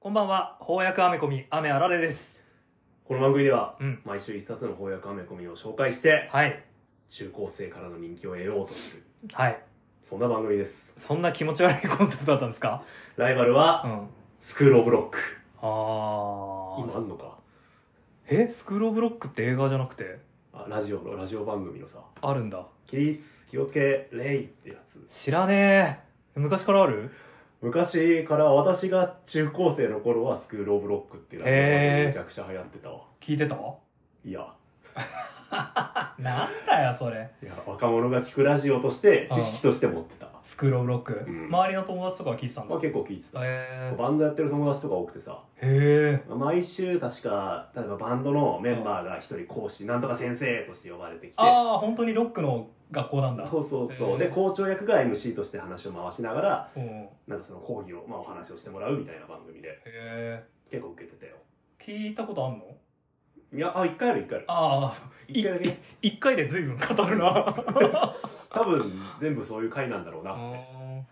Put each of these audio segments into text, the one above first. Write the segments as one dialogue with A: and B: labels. A: こんばんは、翻訳アメコミ、アメあられです。
B: この番組では、
A: うん
B: 毎週一冊の翻訳アメコミを紹介して
A: はい、
B: 中高生からの人気を得ようとする
A: はい、
B: そんな番組です
A: そんな気持ち悪いコンセプトだったんですか。
B: ライバル
A: う
B: は
A: ん。
B: スクール・オブ・ロック今あ
A: ああ。
B: んのか
A: え、スクールオブロックって映画じゃなくて、
B: あラジオのラジオ番組のさ
A: あるんだ。
B: 「起立気をつけレイ」ってやつ
A: 知らねえ。昔からある。
B: 昔から私が中高生の頃はスクール・オブ・ロックっていうラジオ番
A: へ
B: 組
A: ー
B: めちゃくちゃ流行ってたわ
A: 聞いてた。
B: いや
A: なんだよ、それ。
B: いや若者が聞くラジオとして
A: あ
B: 知識として持ってた、
A: スクールオブロック、
B: ん
A: 周りの友達とかは聞いてたんだ
B: まあ、。結構聞いてた
A: え
B: バンドやってる友達とか多くてさ
A: ー、へえ。
B: 毎週確か例えばバンドのメンバーが一人講師なんとか先生として呼ばれてきて
A: ああ、本当にロックの学校なんだ。
B: そうそうそう、
A: へー
B: で校長役が MC として話を回しながら
A: うん。へ
B: なんかその講義を、まあ、お話をしてもらうみたいな番組で
A: え。
B: 結構受けてたよ
A: 聞いたことあんの。
B: いやあ一回ある一回ある
A: ああ、
B: 一回だけ
A: 一回で随分語るな。
B: 多分全部そういう回なんだろうなって
A: あ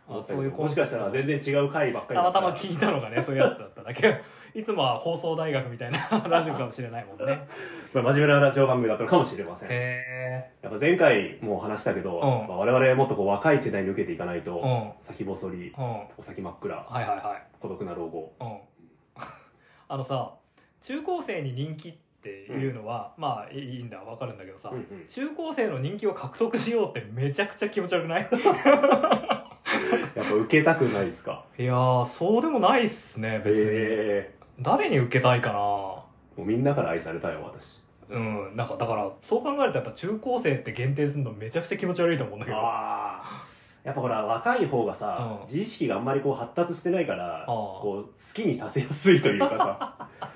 B: 思ったけ
A: そ
B: ど
A: ういう
B: もしかしたら全然違う回ばっかり
A: た
B: だ
A: ま
B: った
A: た
B: ら
A: ま聞いたのがねそういうやつだっただけいつもは放送大学みたい なラジオかもしれないもんね
B: そう真面目なラジオ番組だったのかもしれませんや
A: へえ
B: っぱ前回も話したけど、
A: ん
B: まあ、我々もっとこう若い世代に受けていかないと、
A: うんうん
B: 先細り
A: は
B: お先真っ暗
A: いはいはい
B: 孤独な老後
A: うん あのさ中高生に人気っていうのは、まあいいいいんだわかるんだけどさ、
B: うんうん
A: 中高生の人気を獲得しようってめちゃくちゃ気持ち悪く ない
B: やっぱ受けたくないですか
A: いやーそうでもないっすね別に、
B: え
A: 誰に受けたいかな
B: ーもうみんなから愛されたよ私
A: うんなんかだからそう考えるとやっぱ中高生って限定するのめちゃくちゃ気持ち悪いと思うんだけど
B: あやっぱほら若い方がさ、
A: うん
B: 自意識があんまりこう発達してないか
A: あ
B: ら、
A: あ
B: こう好きにさせやすいというか さ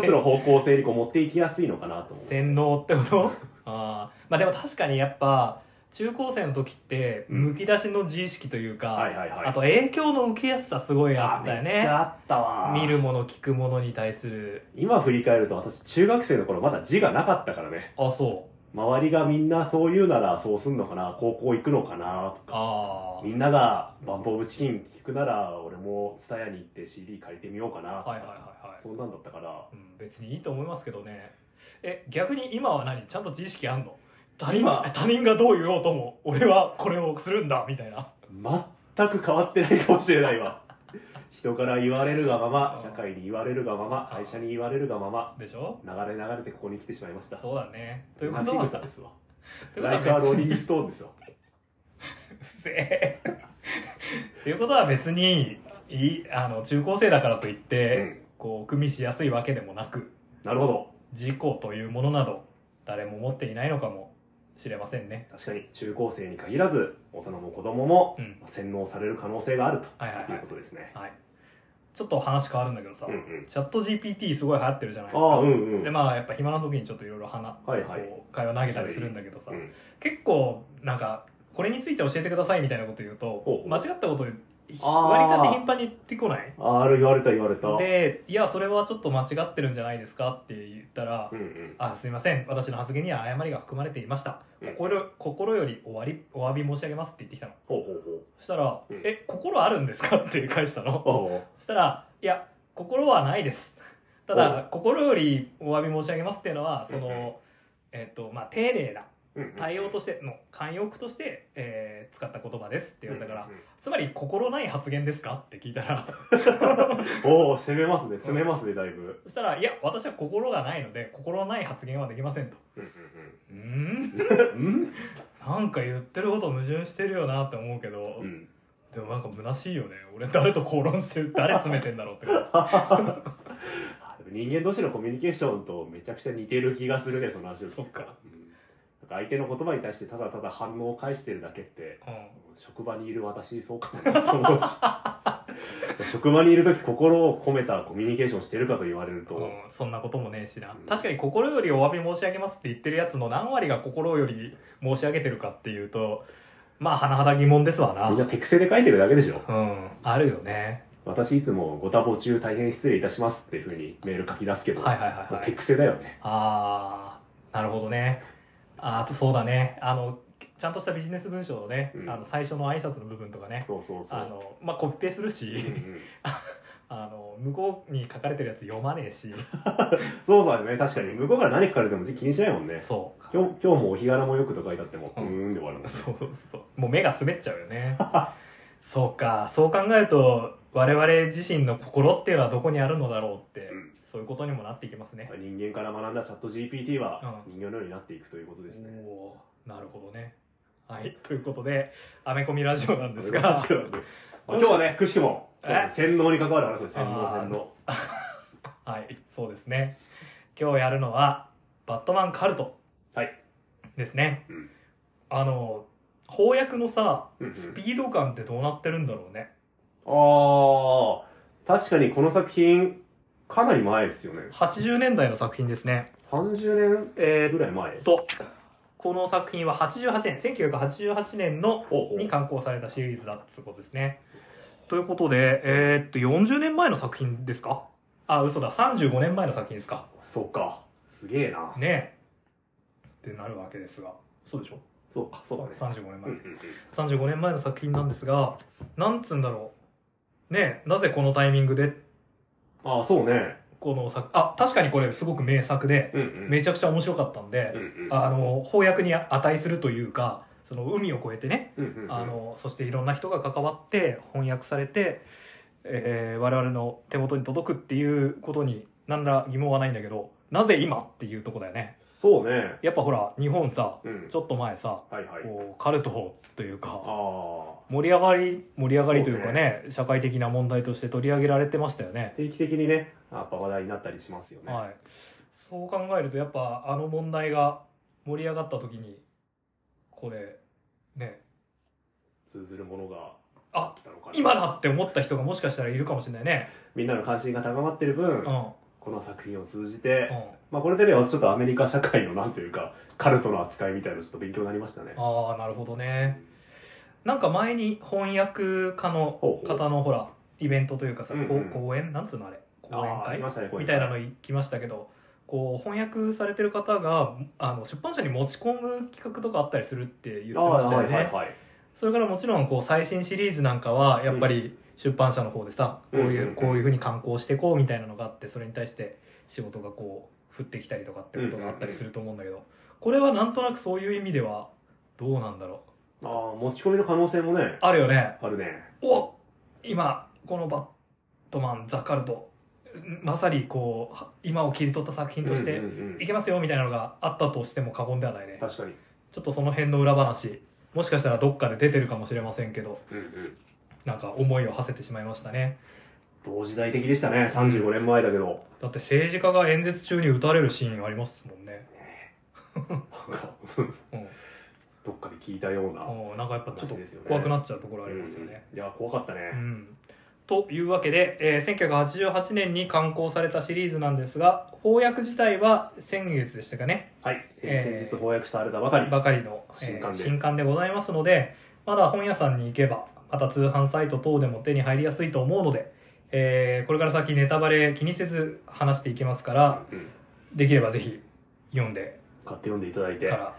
B: 一つの方向性にこう持っていきやすいのかなと思う
A: 洗脳ってこと あーまあでも確かにやっぱ中高生の時って
B: うん
A: むき出しの自意識というか、
B: はいはいはい
A: あと影響の受けやすさすごいあったよ
B: めっち
A: ね
B: ゃあったわ
A: 見るもの聞くものに対する
B: 今振り返ると私中学生の頃まだ字がなかったからね
A: あそう
B: 周りがみんなそう言うならそうすんのかな高校行くのかなとか
A: あ
B: みんなが「バンプオブチキン」聞くなら俺も蔦屋に行って CD 借りてみようかなと
A: あ
B: か
A: はいはいはいはい、
B: そんなんだったから
A: うん、別にいいと思いますけどねえ逆に今は何ちゃんと自意識あんの他人
B: 今
A: 他人がどう言おうとも俺はこれをするんだみたいな
B: 全く変わってないかもしれないわ 人から言われるがまま社会に言われるがまま
A: あー
B: 会社に言われるがまま
A: でしょ
B: 流れ流れてここに来てしまいました
A: そうだねというこ
B: マジ
A: とは
B: 草ですわ
A: ということ
B: ラ
A: は
B: イカーロー
A: 別
B: リ
A: に
B: ングストーンですよ
A: せえ。ということは別にいいあの中高生だからといっ
B: う
A: て、
B: ん
A: こう組みしやすいわけでもなく
B: なるほど
A: 自己というものなど誰も持っていないのかもしれませんね。
B: 確かに中高生に限らず大人も子供も
A: うん、
B: 洗脳される可能性がある
A: はいはい
B: とい
A: は
B: う
A: い
B: こ。とですね
A: はい、ちょっと話変わるんだけどさ、
B: うんうん
A: チャット GPT すごい流行ってるじゃない
B: あ
A: ですか。
B: あうんうん
A: でまあやっぱ暇な時にちょっといろいろ話、
B: はいはい
A: こう会話投げたりするんだけどさ、
B: うん
A: 結構なんかこれについて教えてくださいみたいなこと言うと
B: ほう
A: 間違ったこと
B: あー
A: 割かし頻繁に言ってこない
B: あある言われた言われた
A: で「いやそれはちょっと間違ってるんじゃないですか」って言ったら「
B: うんうん
A: あすいません私の発言には誤りが含まれていました
B: うん
A: 心心よりおわりお詫び申し上げます」って言ってきたの
B: ほうほうほう
A: そしたら「
B: うん
A: え心あるんですか?」って返したの
B: おう
A: そしたら「いや心はないです」ただ心よりお詫び申し上げますっていうのはそ
B: うんうん
A: の、えっとまあ、丁寧な
B: うんうん
A: 対応としての慣用句として、えー使った言葉ですって言われたから、
B: うんうんうん
A: つまり心ない発言ですかって聞いたら
B: おお攻めますね攻めますねだいぶ
A: そしたら、いや、私は心がないので、心ない発言はできませんと。
B: うん
A: うーん
B: うんうん
A: なんか言ってること矛盾してるよなって思うけど、
B: うん
A: でもなんか虚しいよね。俺誰と口論してる、誰詰めてんだろうってこと。
B: あでも人間同士のコミュニケーションとめちゃくちゃ似てる気がするねその 話を聞くと
A: そっか,、
B: うん、なんか相手の言葉に対してただただ反応を返してるだけって
A: うん。
B: 職場にいる私そうかもなと 思うし職場にいる時心を込めたコミュニケーションしてるかと言われると、
A: うんそんなこともねえしな、
B: うん
A: 確かに心よりお詫び申し上げますって言ってるやつの何割が心より申し上げてるかっていうとまあ甚だ疑問ですわな
B: みんな手癖で書いてるだけでしょ
A: うんあるよね
B: 私いつもご多忙中大変失礼いたしますっていうふうにメール書き出すけど、
A: はいはいはい、
B: ま
A: は
B: あ
A: い、
B: 手癖だよね
A: ああなるほどねあーあとそうだねあのけちゃんとしたビジネス文章のね、
B: うん
A: あの最初の挨拶の部分とかね
B: そうそうそう
A: あの、まあ、コピペする
B: うんう
A: し
B: ん
A: あの向こうに書かれてるやつ読まねえ し
B: そうそうだね確かに向こうから何書かれても別に気にしないもんね
A: そう
B: 今日今日もお日柄もよくと書いてあってもう
A: う
B: ー
A: ん
B: んで終わるもん
A: そうそうそうもう目が滑っちゃうよ ねそうかそう考えると我々自身の心っていうのはどこにあるのだろうって、
B: うん
A: そういうことにもなっていきますね、
B: 人間から学んだチャット GPT は
A: う
B: 人形のようになっていくということですね。
A: おおなるほどねはいということでアメコミラジオなんです
B: ま
A: が
B: あ今日はね、くしくも、
A: え
B: 洗脳に関わる話です。洗脳、
A: あー
B: 洗脳。
A: はいそうですね今日やるのは「バットマンカルト」
B: はい
A: ですね、
B: うん
A: あの翻訳のさ
B: うんうん
A: スピード感ってどうなってるんだろうね、
B: ああ、確かにこの作品、かなり前ですよね。
A: 80年代の作品ですね
B: 30年、えーぐらい前。
A: とこの作品は88年1988年の
B: おお
A: に刊行されたシリーズだっつうことですねということでえーっと40年前の作品ですかあ嘘だ35年前の作品ですか
B: そうか。すげえな。
A: ねえってなるわけですがそうでしょ
B: そうか、そうだね。
A: 35年
B: うん
A: 前、
B: うんうん
A: 35年前の作品なんですがなんつうんだろうねえなぜこのタイミングで
B: ああ、そうね。
A: この作あ確かにこれすごく名作で
B: うんうん。
A: めちゃくちゃ面白かったんで、
B: うんうん
A: あの翻訳に値するというかその海を越えてね
B: うんうんうん
A: あのそしていろんな人が関わって翻訳されて、えー我々の手元に届くっていうことに何ら疑問はないんだけどなぜ今っていうとこだよね
B: そうね。
A: やっぱほら日本さ
B: うん
A: ち。ょっと前さ
B: はいはい。
A: こうカルトという
B: あ
A: か
B: あ。
A: 盛り上がり盛り上がりというかね社会的な問題として取り上げられてましたよね。
B: 定期的にね、やっぱ話題になったりしますよね。
A: はい、そう考えるとやっぱあの問題が盛り上がった時にこれね
B: 通ずるものが
A: あ
B: 来たのかな
A: 今だって思った人がもしかしたらいるかもしれないね。
B: みんなの関心が高まってる分、
A: うん、うん
B: この作品を通じて、まあこれでね私ちょっとアメリカ社会のなんというかカルトの扱いみたいなのちょっと勉強になりましたね
A: ああなるほどねなんか前に翻訳家の
B: ほうほう
A: 方のほらイベントというかさ、
B: うんうん
A: こう講演なんつうのあれ
B: あ
A: 講演
B: ああ
A: 会
B: りましたねこう
A: み
B: う
A: たいなの行きましたけどこう翻訳されてる方があの出版社に持ち込む企画とかあったりするって言って
B: ああ
A: ましたよ
B: は
A: ね、
B: いはいはい、
A: それからもちろんこう最新シリーズなんかはやっぱり出版社の方でさ、こういううん
B: うん
A: こういうふうに刊行してこうみたいなのがあってそれに対して仕事がこう降ってきたりとかってことがあったりすると思うんだけど、これはなんとなくそういう意味ではどうなんだろう
B: ああ持ち込みの可能性もね
A: あるよね
B: あるね
A: お今この「バットマン・ザ・カルト」まさにこうは今を切り取った作品とし
B: う
A: て
B: んうんうん
A: いけますよみたいなのがあったとしても過言ではないね
B: 確かに、
A: ちょっとその辺の裏話もしかしたらどっかで出てるかもしれませんけど
B: うんうん、
A: なんか思いを馳せてしまいましたね
B: 同時代的でしたね35年前だけど、
A: だって政治家が演説中に撃たれるシーンありますもんね、
B: なんか
A: うん
B: どっかで聞いたような、
A: うん、なんかやっぱちょっと怖くなっちゃうところありますよね、
B: うんいや怖かった
A: う
B: ね、
A: ん、というわけで、えー1988年に刊行されたシリーズなんですが翻訳自体は先月でしたかね
B: はい、えー
A: えー
B: 先日翻訳されたばかり
A: ばかりの、えー
B: 新刊です
A: 新刊でございますのでまだ本屋さんに行けばまた通販サイト等でも手に入りやすいと思うので、えーこれから先ネタバレ気にせず話していきますから
B: うん
A: できればぜひ読んで
B: 買って読んでいただいて
A: から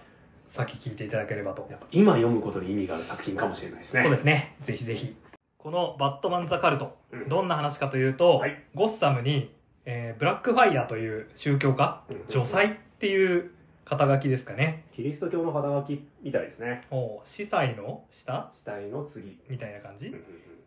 A: 先聞いていただければと
B: やっぱ今読むことに意味がある作品かもしれないですね。
A: そうですね。ぜひぜひ。このバットマン・ザ・カルト、
B: うん
A: どんな話かというと、
B: はい
A: ゴッサムに、えーブラックファイヤーという宗教家、
B: うん
A: 女祭っていう肩書きですかね。
B: キリスト教の肩書きみたいですね。
A: もう、司祭の下
B: 死体の次。
A: みたいな感じ、
B: うんうん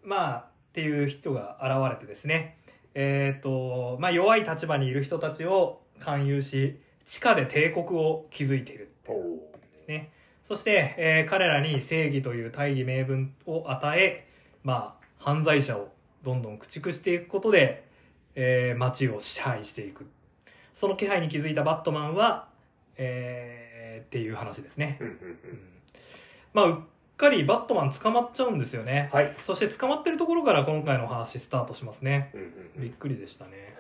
A: まあ、っていう人が現れてですね。えっ、と、まあ、弱い立場にいる人たちを勧誘し、地下で帝国を築いているって
B: うん
A: いう
B: おう
A: ですね。そして、えー彼らに正義という大義名分を与え、まあ、犯罪者をどんどん駆逐していくことで、えー街を支配していく。その気配に気づいたバットマンは、えーっていう話ですね
B: う。んうん
A: う
B: うんん
A: まあ、うっかりバットマン捕まっちゃうんですよね。
B: はい。
A: そして捕まってるところから今回の話スタートしますね。
B: うんうんう
A: びっ
B: ん
A: くりでしたね。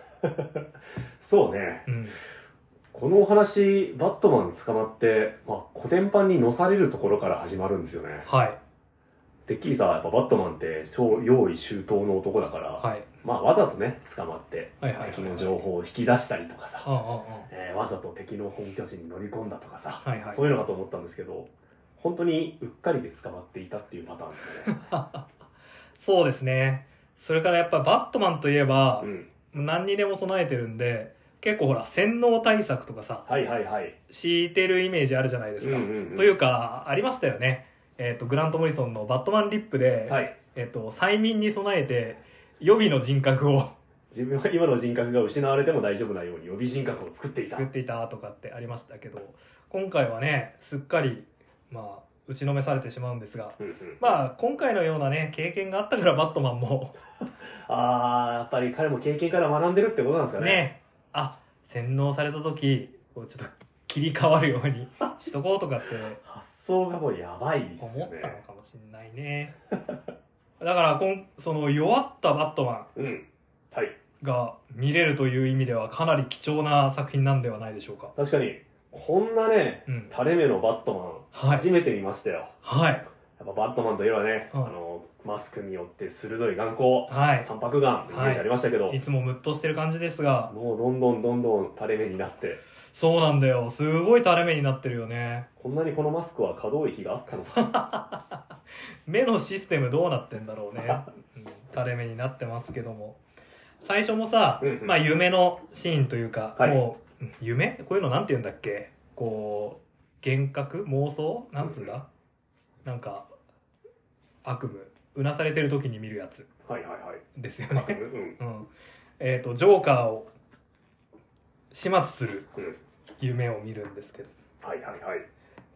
B: そうね。
A: うん。
B: このお話、バットマン捕まって、まあ、コテンパンに乗されるところから始まるんですよね。
A: はい。
B: てっきりさ、やっぱバットマンって超用意周到の男だから、
A: はい。
B: まあ、わざとね、捕まって、
A: はいはいはい。
B: 敵の情報を引き出したりとかさ、
A: うんうんうん。
B: えーわざと敵の本拠地に乗り込んだとかさ、
A: はいはい
B: そういうのかと思ったんですけど、本当にうっかりで捕まっていたっていうパターンです よね。
A: そうですね。それからやっぱバットマンといえば
B: う、ん、
A: 何にでも備えてるんで、結構ほら、洗脳対策とかさ、
B: はいはいはい。
A: 敷いてるイメージあるじゃないですか。
B: うんうんうん
A: というか、ありましたよね。えっ、と、グラント・モリソンのバットマンリップで、
B: はい。
A: えっ、と、催眠に備えて、予備の人格を
B: 自分は今の人格が失われても大丈夫なように予備人格を作っていた
A: 作。っていたとかってありましたけど、今回はね、すっかり、まあ、打ちのめされてしまうんですが、
B: うんうん
A: まあ、今回のようなね、経験があったから、バットマンも、
B: あー、やっぱり彼も経験から学んでるってことなんですかね。
A: ね、あ、洗脳された時、こうちょっと切り替わるよう にしとこうとかって
B: 発想がもうやばいですよ
A: 思ったの
B: ね。
A: かもしんないね。 だからこん、その弱ったバットマ
B: うん。はい。
A: ンが見れるという意味では、かなり貴重な作品なんではないでしょうか。
B: 確かに、こんなね、
A: うん。
B: 垂れ目のバットマン、
A: はい。
B: 初めて見ましたよ。
A: はい。
B: やっぱバットマンといえばね、
A: うん
B: あの、マスクによって鋭い眼光、
A: は
B: 三白眼、イメージありましたけど、
A: い。いつもムッとしてる感じですが、
B: もうどんどんどんどん垂れ目になって、
A: そうなんだよ。すごい垂れ目になってるよね。
B: こんなにこのマスクは可動域があったのか。
A: 目のシステムどうなってんだ ろうね、うん垂れ目になってますけども最初もさ、
B: うんうん
A: まあ、夢のシーンというか、
B: はい
A: もううん夢こういうのなんて言うんだっけこう幻覚妄想なんつうんだ、
B: うんう
A: なんか悪夢うなされてる時に見るやつ
B: はいはいはい。
A: ですよ
B: まあう
A: ね、
B: ん
A: うん、えっ、とジョーカーを始末する
B: うん。うん。
A: 夢を見るんですけど
B: はいはいはい。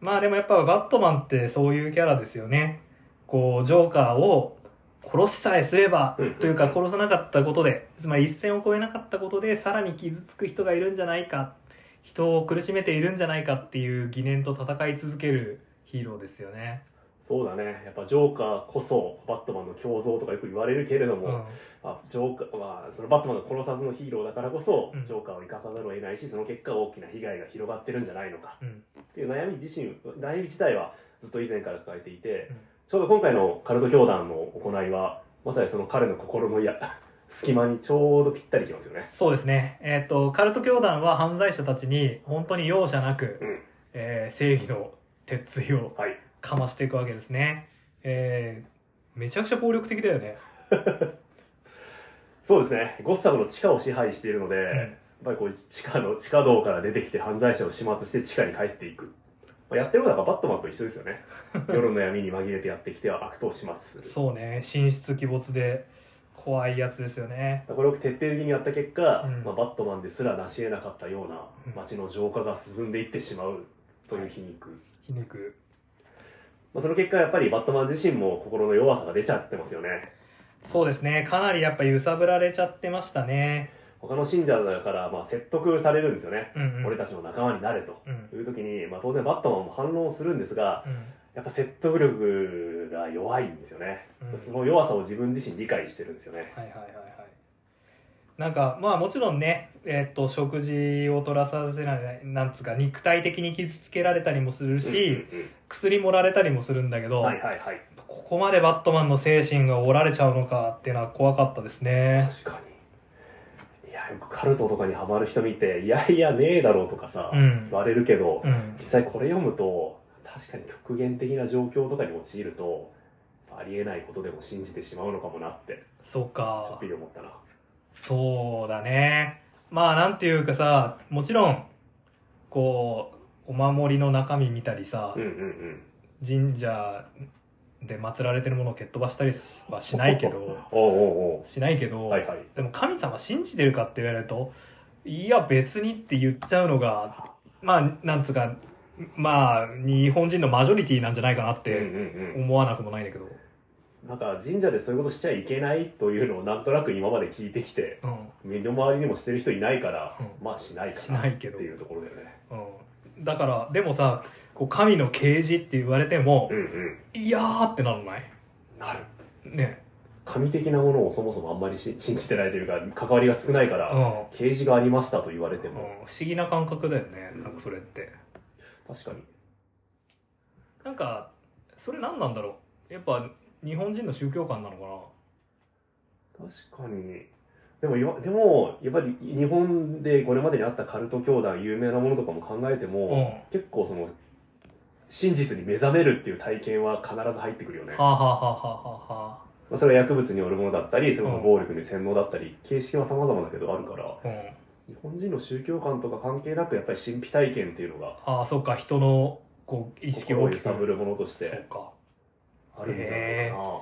A: まあでもやっぱバットマンってそういうキャラですよね。こう、ジョーカーを殺しさえすれば
B: うん、
A: というか殺さなかったことで、つまり一線を越えなかったことで、さらに傷つく人がいるんじゃないか、人を苦しめているんじゃないかっていう疑念と戦い続けるヒーローですよね。
B: そうだね。やっぱジョーカーこそバットマンの胸像とかよく言われるけれども、
A: うん。
B: まあ、ジョーカー、まあ、そのバットマンが殺さずのヒーローだからこそ、
A: うん
B: ジョーカーを生かさざるを得ないし、その結果大きな被害が広がってるんじゃないのか。
A: うん。
B: っていう悩み自身、悩み自体はずっと以前から抱えていて、
A: うん
B: ちょうど今回のカルト教団の行いは、まさにその彼の心のいや 隙間にちょうどぴったりきますよね。
A: そうですね。えっ、と、カルト教団は犯罪者たちに本当に容赦なく、
B: うん
A: えー正義の鉄槌を
B: はい。
A: かましていくわけですね。えー、めちゃくちゃ暴力的だよね。
B: そうですね。ゴッサムの地下を支配しているので、
A: うん
B: やっぱりこう地下の、地下道から出てきて犯罪者を始末して地下に帰っていく。まあ、やってることはバットマンと一緒です よね。夜の闇に紛れてやってきては悪党を始末する。
A: そうね神出鬼没で怖いやつですよね
B: これを徹底的にやった結果、
A: うん
B: まあ、バットマンですら成し得なかったような
A: うん
B: 街の浄化が進んでいってしまうという皮肉、
A: 皮肉
B: まあ、その結果やっぱりバットマン自身も心の弱さが出ちゃってますよね
A: そうですねかなりやっぱ揺さぶられちゃってましたね
B: 他の信者だからまあ説得されるんですよね、
A: うんうん
B: 俺たちの仲間になれと
A: うん
B: いう時に、まあ、当然バットマンも反論するんですが
A: うん
B: やっぱ説得力が弱いんですよね、
A: うん
B: そしてその弱さを自分自身理解してるんですよね
A: はいはいはいはいなんかまあもちろんねえっと食事を取らさせないなんつうか肉体的に傷つけられたりもするし、
B: うんうん
A: 薬盛られたりもするんだけ
B: う
A: ど、
B: んはいはいはい
A: ここまでバットマンの精神が折られちゃうのかっていうのは怖かったですね
B: 確かにいやよくカルトとかにハマる人見ていやいやねえだろうとかさ、
A: うん
B: 言われるけど、
A: うん
B: 実際これ読むと確かに極限的な状況とかに陥るとありえないことでも信じてしまうのかもなって
A: そう
B: ちょ
A: か
B: っぴり思ったな
A: そうだね。まあなんていうかさ、もちろん、こう、お守りの中身見たりさ
B: うん、うんうん
A: 神社で祀られてるものを蹴っ飛ばしたりはしないけど、
B: おうおう
A: しないけど、
B: おうはいはい
A: でも神様信じてるかって言われると、いや別にって言っちゃうのが、まあなんつうか、まあ日本人のマジョリティなんじゃないかなっ
B: うん
A: て
B: うん
A: 思わなくもないんだけど、
B: うんなんか神社でそういうことしちゃいけないというのをなんとなく今まで聞いてきて
A: うん。
B: 身の回りにもしてる人いないから、
A: う
B: まあしない
A: し
B: かなっ
A: ない
B: て
A: けど。
B: いうところだよね
A: うんだからでもさこう神の啓示って言われても
B: うんうん
A: いやーってならない
B: なる
A: ね
B: 神的なものをそもそもあんまりし信じてないというか関わりが少ないか
A: う
B: ら、
A: ん、うん
B: 啓示がありましたと言われて
A: 不
B: も、
A: 思議な感覚だよねなんかそれって
B: 確かに
A: なんかそれ何なんだろうやっぱ日本人の宗教観なのか
B: 確かにでもよでもやっぱり日本でこれまでにあったカルト教団有名なものとかも考えて
A: なう
B: も、
A: ん
B: 結構その真実に目覚めるっていう体験は必ず入ってくるよね。
A: はあ、はあはあはあは
B: まあ、それは薬物によるものだったり、それこ
A: う
B: そ
A: ん
B: 暴力に洗脳だったり、形式は様々だけどあるから、
A: あ、うん、
B: 日本人の宗教観とか関係なく、やっぱり神秘体験っていうのが、
A: ああそうか人のこう意識
B: 心
A: を
B: を
A: 大
B: 揺
A: きく
B: さぶるものとし
A: そう
B: て
A: か
B: あるんじゃない
A: へ
B: か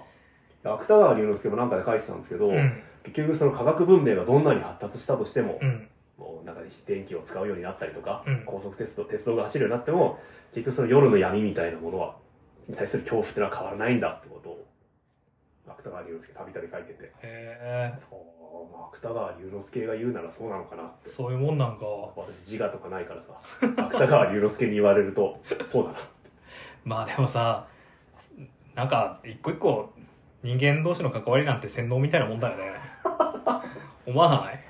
B: な。芥川龍之介もなんかで書いてたんですけど、
A: うん
B: 結局その科学文明がどんなに発達したとしても、
A: うん
B: もうなんか電気を使うようになったりとか、
A: うん
B: 高速鉄道鉄道が走るようになっても結局その夜の闇みたいなものはに対する恐怖ってのは変わらないんだってことを芥川龍之介たびたび書いてて
A: へえ
B: あーまあ芥川龍之介が言うならそうなのかなって
A: そういうもんなんか
B: 私自我とかないからさ芥川龍之介に言われるとそうだな
A: まあでもさなんか一個一個人間同士の関わりなんて洗脳みたいなもんだ よね思わない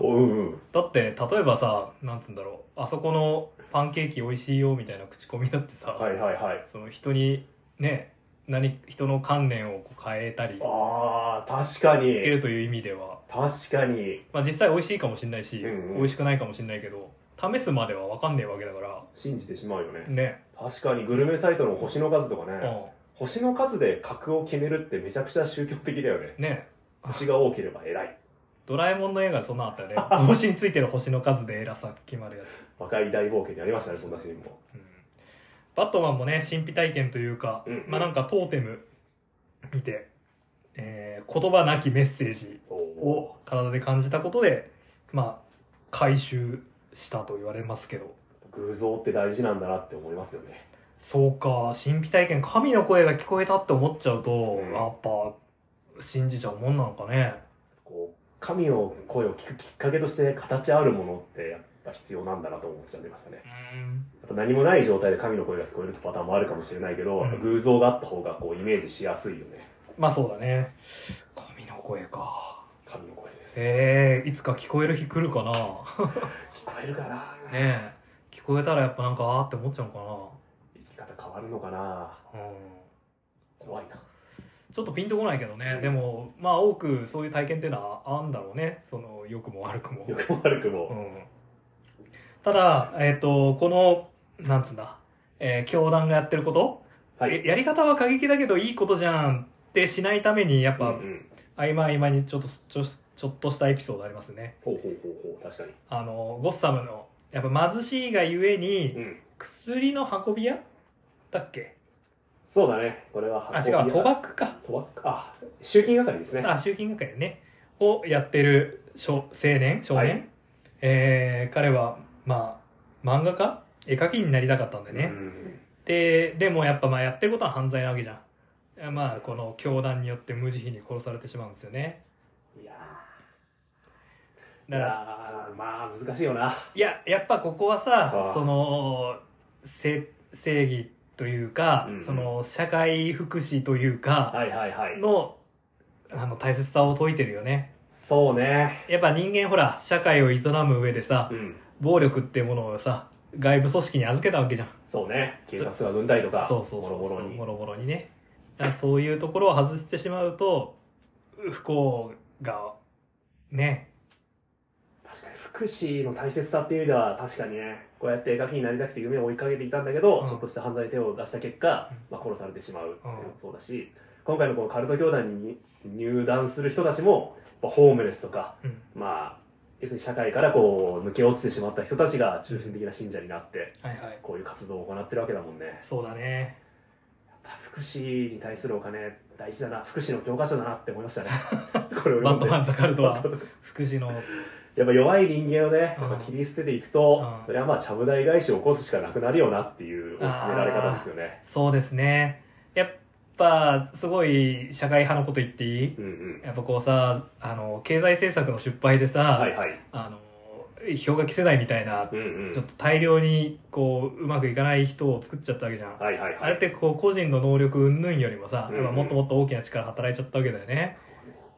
B: おうんうん
A: だって例えばさなんつうんだろうあそこのパンケーキ美味しいよみたいな口コミだってさ、
B: はいはいはい
A: その人にね何人の観念をこう変えたりつ
B: あー確か
A: け
B: に
A: るという意味では、
B: 確かに
A: まあ、実際美味しいかもしれないし、
B: うんうん
A: 美味しくないかもしれないけど試すまでは分かんねえわけだか
B: 信じてしまうよね
A: らね、
B: 確かにグルメサイトの星の数とかね、
A: う
B: 星の数で格を決めるってめちゃくちゃ宗教的だよね
A: ん、ね
B: 星が多ければ偉い
A: ドラえもんの映画でそんなのあったよ ね星についてる星の数で偉さ決まるや
B: 若い大冒険にありましたねそんなシーンも
A: つ、うん、バットマンもね神秘体験というか、
B: うんうん
A: まあなんかトーテム見て、えー言葉なきメッセージ
B: お
A: を体で感じたことでまあ回収したと言われますけど
B: 偶像って大事なんだなって思いますよね
A: そうか神秘体験神の声が聞こえたって思っちゃうと、
B: うん
A: やっぱ信じちゃうもんなのかね
B: こう神の声を聞くきっかけとして形あるものってやっぱ必要なんだなと思っちゃってましたね
A: うん
B: やっぱ何もない状態で神の声が聞こえるってパターンもあるかもしれないけど、
A: うん
B: やっぱ偶像があった方がこうイメージしやすいよね
A: まあそうだね神の声か
B: 神の声です、
A: えー、いつか聞こえる日来るかな
B: 聞こえるかな、
A: ねえ聞こえたらやっぱなんかあーって思っちゃうのか
B: 生き方変わるのかな
A: なうん
B: 怖いな
A: ちょっとピンとこないけどね、でもまあ多くそういう体験っていうのはあんだろうねその良くも悪くも
B: よくも悪くも、
A: うんただ、えっとこのなんつうんだ、えー教団がやってること、
B: はい
A: えやり方は過激だけどいいことじゃんってしないためにやっぱ、
B: うんうん
A: 合間合間にちょっとちょちょっとしたエピソードありますね
B: ほうほうほうほう確かに
A: あのゴッサムのやっぱ貧しいがゆえに
B: うん
A: 薬の運び屋だっけ
B: そうだねこれは
A: あ違う賭
B: 賭
A: 博か
B: 博あ集金係ですね
A: あ集金係ねをやってる少青年少年、
B: はい
A: えー彼はまあ漫画家絵描きになりたかったんだよね、
B: うん
A: ででもやっぱまあやってることは犯罪なわけじゃんいやまあこの教団によって無慈悲に殺されてしまうんですよね
B: いやー
A: だから
B: いやーまあ難しいよない
A: ややっぱここはさ
B: ああ
A: そのせ正義というか、
B: うんうん
A: その社会福祉というか
B: はいはいはい
A: のあの大切さを説いてるよね
B: そうね
A: やっぱ人間ほら社会を営む上でさ
B: うん
A: 暴力ってものをさ外部組織に預けたわけじゃん
B: そうね警察が軍隊とか
A: そうそうそうそう
B: もろもろに
A: もろもろにねだからそういうところを外してしまうと不幸がね
B: 確かに福祉の大切さっていう意味では確かにねこうやって絵描きになりたくて夢を追いかけていたんだけど、
A: うん
B: ちょっとした犯罪に手を出した結果
A: うん、
B: まあ、殺されてしまうっていうのもそうだし、今回のこのカルト教団に入団する人たちもやっぱホームレスとか
A: うん
B: まあ、要するに社会からこう抜け落ちてしまった人たちが中心的な信者になって、
A: はいはい
B: こういう活動を行ってるわけだもんね。
A: そうだね
B: やっぱ福祉に対するお金、大事だな、福祉の教科書だなって思い ましたね。これを
A: バッ
B: 読ん
A: ト
B: で。
A: マン・ザ・カルトは
B: バッマン
A: 福祉の
B: やっぱ弱い人間をね、やっ
A: うん
B: ぱ切り捨てていくと、
A: うん
B: それはまあ、ちゃぶ台返しを起こすしかなくなるよなっていう追い詰められ方ですよね。
A: そうですねやっぱすごい社会派のこと言っていい
B: うんうん。
A: やっぱこうさあの経済政策の失敗でさ、
B: はいはい。
A: あの氷河期世代みたいな
B: うんうん。
A: ちょっと大量にこううまくいかない人を作っちゃったわけじゃん
B: はいはい
A: あ
B: は
A: れっ
B: い。
A: てこう個人の能力云々よりもさ、
B: うん
A: やっぱもっともっと大きな力働いちゃったわけだよね。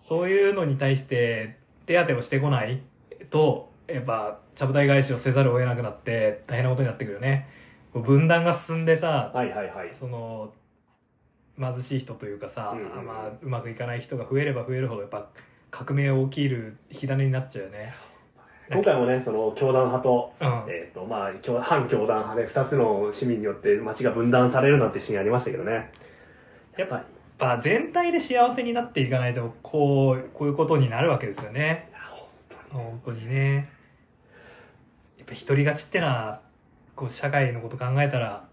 A: そういうのに対して手当てをしてこないと、やっぱちゃぶ台返しをせざるを得なくなって大変なことになってくるよね。こう分断が進んでさ、
B: はいはいはい。
A: その貧しい人というかさ、
B: うんうん
A: まあ、うまくいかない人が増えれば増えるほどやっぱ革命起きる火種になっちゃうよね。
B: 今回もね、その、教団派と、
A: うん
B: えっ、と、まあ、教反教団派で二つの市民によって街が分断されるなんてシーンありましたけどね。
A: やっぱやっぱ全体で幸せになっていかないとこうこういうことになるわけですよね
B: いや本当に
A: 本当にねやっぱ独り勝ちってのはこう社会のこと考えたら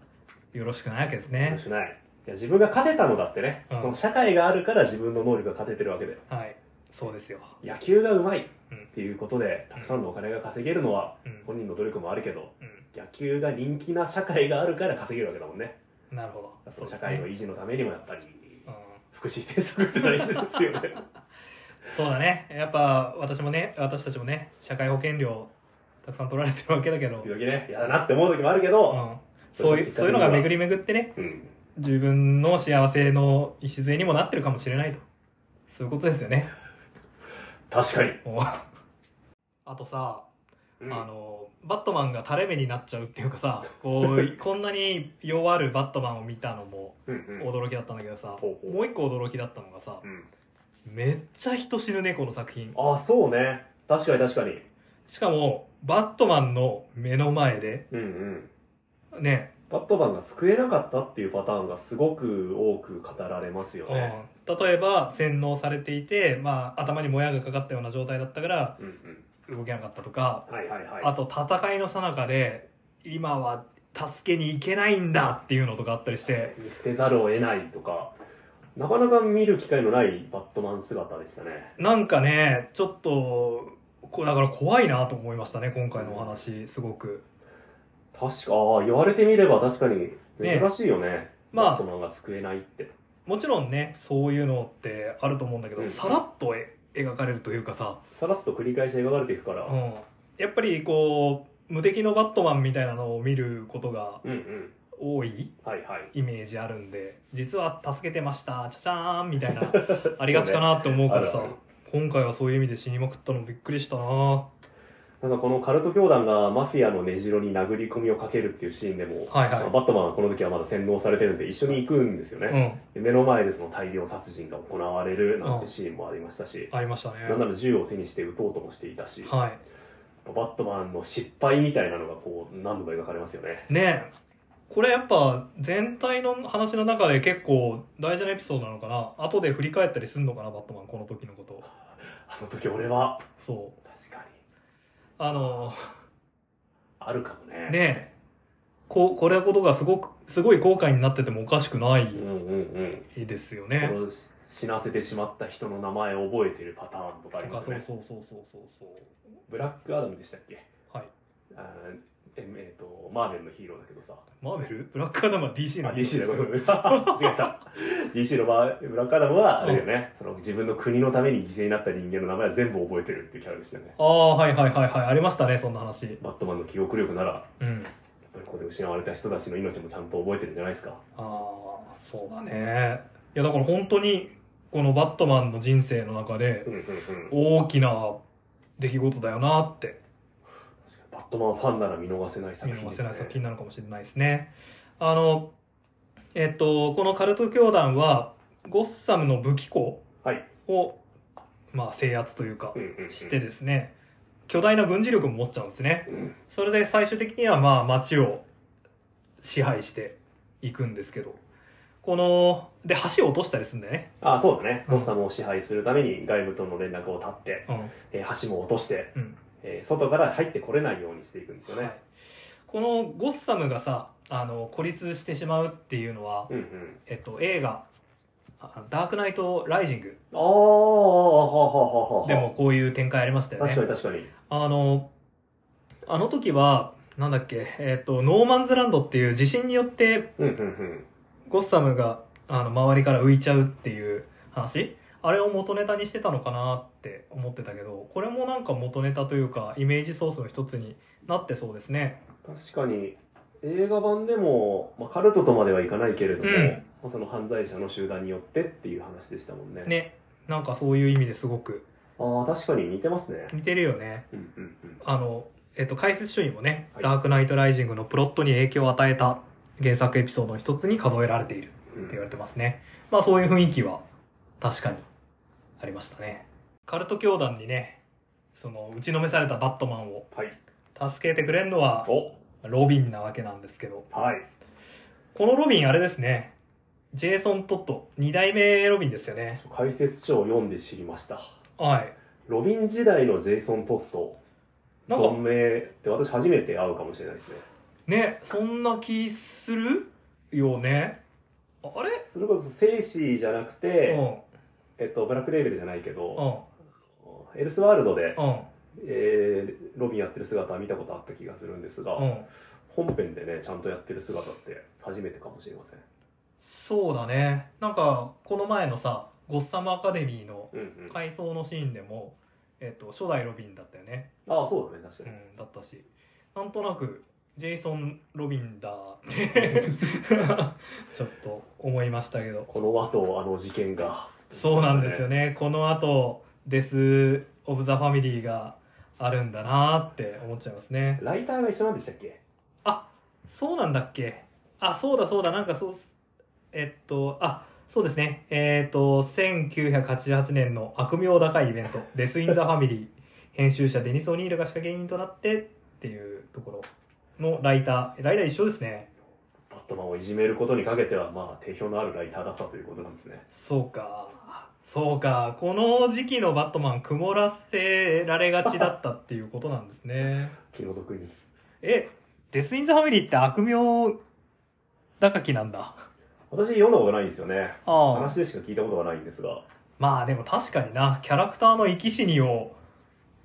A: よろしくないわけですね
B: 面白いない。いや、自分が勝てたのだってね、
A: うん
B: その社会があるから自分の能力が勝ててるわけだよ。
A: はいそうですよ
B: 野球がうまいっ
A: うん
B: ていうことで、たくさんのお金が稼げるのは、
A: うん
B: 本人の努力もあるけど、
A: う
B: 野球が人気な社会があるから稼げるわけだもんね。
A: んなるほど
B: その
A: うで
B: 社
A: す
B: 会の
A: ね
B: 維持のためにもやっぱり、
A: うん
B: 福祉政策って大事ですよね。
A: そうだねやっぱ私もね私たちもね社会保険料たくさん取られてるわけだけど、
B: 時
A: うん、
B: 々ね、嫌だなって思う時もあるけど、
A: そういうそういうのが巡り巡ってね
B: うん。
A: 自分の幸せの礎にもなってるかもしれないとそういうことですよね
B: 確かに。
A: もうあとさ、
B: うん
A: あのバットマンが垂れ目になっちゃうっていうか さこうこんなに弱るバットマンを見たのも
B: うんうん
A: 驚きだったんだけどさ、
B: ほうほう
A: もう一個驚きだったのがさ、
B: うん
A: めっちゃ人死ぬ猫の作品
B: あそうね確かに確かに
A: しかもバットマンの目の前で
B: うんうん
A: ね、
B: バットマンが救えなかったっていうパターンがすごく多く語られますよ
A: う
B: ね、
A: ん、例えば洗脳されていて、まあ、頭にもやがかかったような状態だったから
B: うん
A: 動けなかったとか
B: うん、はいはいはい
A: あと戦いの最中で今は助けに行けないんだっていうのとかあったりして
B: 見捨てざるを得ないとかなかなか見る機会のないバットマン姿でしたね
A: なんかねちょっとこうだから怖いなと思いましたね今回のお話すごく
B: 確かああ言われてみれば確かに
A: ね
B: 珍しいよね
A: まあ
B: バットマンが救えないって
A: もちろんねそういうのってあると思うんだけど、
B: うん
A: さらっとえ描かれるというかさ、
B: さらっと繰り返し描かれていくから、
A: うん、やっぱりこう無敵のバットマンみたいなのを見ることが
B: うんうん
A: 多い
B: はいはい
A: イメージあるんで実は助けてましたチャチャーンみたい なありがちかなって思うから
B: あ
A: さ
B: るある
A: 今回はそういう意味で死にまくったのびっくりしたな
B: なんかこのカルト教団がマフィアの根城に殴り込みをかけるっていうシーンでも、
A: はいはい
B: まあバットマンはこの時はまだ洗脳されてるんで一緒に行くんですよ
A: う
B: ね、
A: ん
B: で目の前でその大量殺人が行われるなんてシーンもありましたし、
A: ありましたね
B: なんなら銃を手にして撃とうともしていたし、
A: は
B: バットマンの失敗みたいなのがこう何度も描かれますよね
A: いねえこれやっぱ全体の話の中で結構大事なエピソードなのかな後で振り返ったりすんのかなバットマンこの時のこと
B: あの時俺は
A: そう
B: 確かに
A: あの
B: あるかも
A: ね
B: ね
A: えここれことがすごくすごい後悔になっててもおかしくない
B: うんうん
A: ですよ
B: うん、
A: ね、
B: この死なせてしまった人の名前を覚えてるパターンとかあり
A: とか
B: ます
A: そ
B: よ
A: う
B: ね
A: そうそうそうそうそう
B: ブラックアダムでしたっけ
A: はい
B: あーええっとマーベルのヒーローだけどさ
A: マーベルブラックアダムは DC
B: あ
A: の
B: DC だ
A: よ
B: ごめん 間違えた DC のバーブラックアダムはあれだよね、その自分の国のために犠牲になった人間の名前は全部覚えてるっていうキャラでしたよね
A: ああはいはいはいはいありましたねそんな話
B: バットマンの記憶力ならやっ
A: うん
B: ぱりここで失われた人たちの命もちゃんと覚えてるんじゃないですか
A: ああそうだねいやだから本当にこのバットマンの人生の中で
B: うんうんうん確かに
A: 大きな出来事だよなって
B: バットマンファンなら見逃せない作
A: 見
B: 品です、
A: 逃せ
B: ね、
A: ない作品なのかもしれないですねあのえっとこのカルト教団はゴッサムの武器庫
B: はい
A: を、まあ、制圧というか
B: うんうんうん
A: してですね巨大な軍事力も持っちゃうんですね
B: うん
A: それで最終的にはまあ街を支配していくんですけどこので橋を落としたりするんだよね、
B: あそうだね
A: うん
B: モスタムを支配するために外部との連絡を絶って、
A: うん
B: えー橋も落として、
A: うん
B: えー外から入ってこれないようにしていくんですよね、
A: はいこのゴッサムがさあの孤立してしまうっていうのは、
B: うんうん
A: えっと、映画あ「ダークナイト・ライジング
B: ああははは」は
A: でもこういう展開ありましたよ
B: 確か
A: ね
B: に確かに
A: あのあの時はなんだっけ、えっと、ノーマンズランドっていう地震によって
B: うんうんうん
A: ゴッサムがあの周りから浮いちゃうっていう話あれを元ネタにしてたのかなって思ってたけどこれもなんか元ネタというかイメージソースの一つになってそうですね
B: 確かに映画版でも、まあ、カルトとまではいかないけれども、
A: うん
B: まあその犯罪者の集団によってっていう話でしたもんね
A: ねなんかそういう意味ですごく
B: ああ確かに似てますね
A: 似てるよね
B: うんうんうん
A: あの、えっと解説書にもね「
B: はい
A: ダークナイト・ライジング」のプロットに影響を与えた原作エピソードの一つに数えられているって
B: うん
A: 言われてますねまあそういう雰囲気は確かにありましたねカルト教団にねその打ちのめされたバットマンを
B: はい。
A: 助けてくれるのは
B: お
A: ロビンなわけなんですけど
B: はい。
A: このロビンあれですねジェイソン・トット2代目ロビンですよね
B: 解説書を読んで知りました。
A: はい
B: ロビン時代のジェイソン・トット、
A: なん
B: 存
A: か
B: 命って私初めて会うかもしれないですね。
A: ねそんな気するよねああれ
B: それこそ、セイシーじゃなく
A: う
B: て、
A: ん
B: えっと、ブラックレーベルじゃないけ
A: う
B: ど、
A: ん
B: エルスワールドで、
A: うん
B: えーロビンやってる姿は見たことあった気がするんですが、
A: うん
B: 本編でね、ちゃんとやってる姿って初めてかもしれません。
A: そうだねなんかこの前のさゴッサムアカデミーの
B: うんうん。
A: 回想のシーンでも、えっと初代ロビンだったよね
B: ああ、そうだね、確か
A: う
B: に。
A: ん、だったしなんとなくジェイソン・ロビンだ ってちょっと思いましたけど
B: この後、あの事件が。
A: そうなんですよ。ねこの後デス・オブ・ザ・ファミリーがあるんだなって思っちゃいますね
B: ライターが一緒なんでしたっけ
A: そうなんだっけあそうだそうだなんかそうえっとあそうですねえっと1988年の悪名高いイベント「デス・イン・ザ・ファミリー」編集者デニス・オニールが仕掛け人となってっていうところのライターライター一緒ですね
B: バットマンをいじめることにかけては、まあ、定評のあるライターだったということなんですね。
A: そうかそうかこの時期のバットマン曇らせられがちだったっていうことなんですね
B: 気の毒に。
A: えデス・イン・ザ・ファミリーって悪名高きなんだ
B: 私、読んだことないんですよね。
A: あ
B: 話でしか聞いたことがないんですが。
A: まあでも確かになキャラクターの生き死にを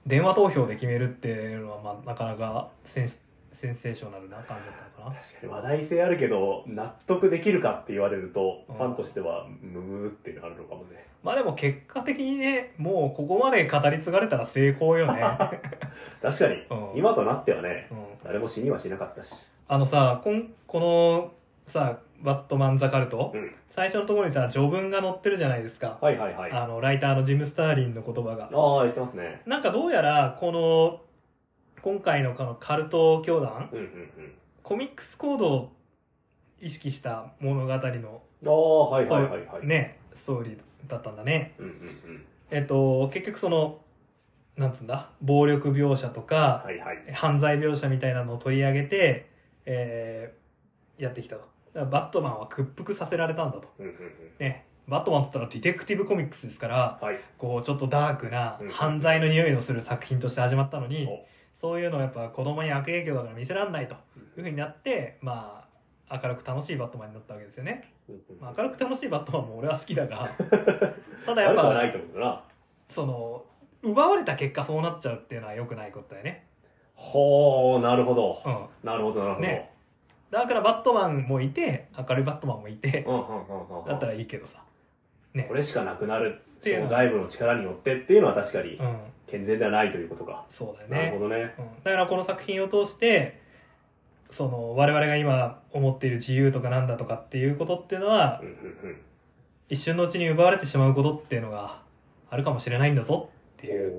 A: 電話投票で決めるっていうのは、まあ、なかなかセンスセンセーショナルな感じだったのかな
B: 確かに話題性あるけど、納得できるかって言われると、
A: う
B: フ
A: ん
B: ァンとしては、ムムーってなるのかもね。
A: まあでも結果的にねもうここまで語り継がれたら成功よ ね、
B: 確かに、
A: うん
B: 今となってはね、
A: うん
B: 誰も死にはしなかったし。
A: あのさこんこのさ「バットマン・ザ・カルト」
B: うん
A: 最初のところにさ序文が載ってるじゃないですか、
B: はいはいはい。あ
A: あのライターのジム・スターリンの言葉が
B: あ、言ってますね。
A: なんかどうやらこの今回のこのカルト教団
B: うんうんうん。
A: コミックスコードを意識した物語の
B: ああ、はいはいはいはい。。
A: ねストーリーだったんだね
B: うんうんうん。
A: えっと結局そのなんつうんだ暴力描写とか、
B: はいはい。
A: 犯罪描写みたいなのを取り上げて、えーやってきたとだからバットマンは屈服させられたんだと
B: うんうんうん。
A: ねバットマンって言ったらディテクティブコミックスですから
B: はい。
A: こうちょっとダークな
B: うん
A: 犯罪の匂いのする作品として始まったのに、
B: お
A: そういうのをやっぱ子供に悪影響だから見せらんないというふうになってまあ明るく楽しいバットマンになったわけですよね、
B: うんうん
A: まあ、明るく楽しいバットマンも俺は好きだ がただやっ
B: 悪く
A: ぱ
B: はないと思うかな。
A: その奪われた結果そうなっちゃうっていうのは良くないことだよね
B: ほう、なるほど。
A: うん
B: なるほど、なるほど。
A: ねだからバットマンもいて明るいバットマンもいて
B: うんうんうんうん。
A: だったらいいけどさね
B: これしかなくなる
A: って
B: そ
A: いうの
B: の外部の力によってっていうのは確かに
A: うん
B: 健全ではないということか、
A: そうだよ
B: なる
A: ね
B: ほどね
A: うんだからこの作品を通してその我々が今思っている自由とかなんだとかっていうことっていうのは
B: うんうん
A: 一瞬のうちに奪われてしまうことっていうのがあるかもしれないんだぞって
B: う
A: い
B: ん
A: う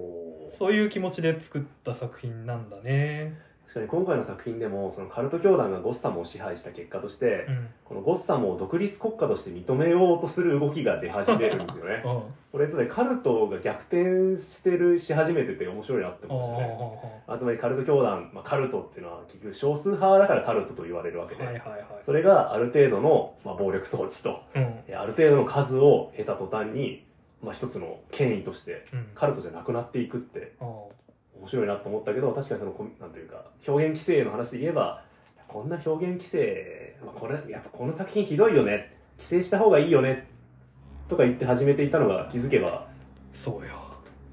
B: おー
A: そういう気持ちで作った作品なんだね
B: 確かに今回の作品でもそのカルト教団がゴッサムを支配した結果として、
A: うん、
B: このゴッサムを独立国家として認めようとする動きが出始めるんですよ ね
A: うん
B: これつまりカルトが逆転してるし始めてて面白いなって思うんですよね
A: は
B: あつまりカルト教団、まあ、カルトっていうのは結局少数派だからカルトと言われるわけ
A: い
B: で、
A: はいは
B: それがある程度の、まあ、暴力装置と
A: いうん
B: えある程度の数を経た途端に、まあ、一つの権威として
A: うん
B: カルトじゃなくなっていくって
A: うん
B: 面白いなと思ったけど確かにそのこなんていうか表現規制の話で言えばこんな表現規制、まあ、これやっぱこの作品ひどいよね規制した方がいいよねとか言って始めていたのが気づけば
A: そうよ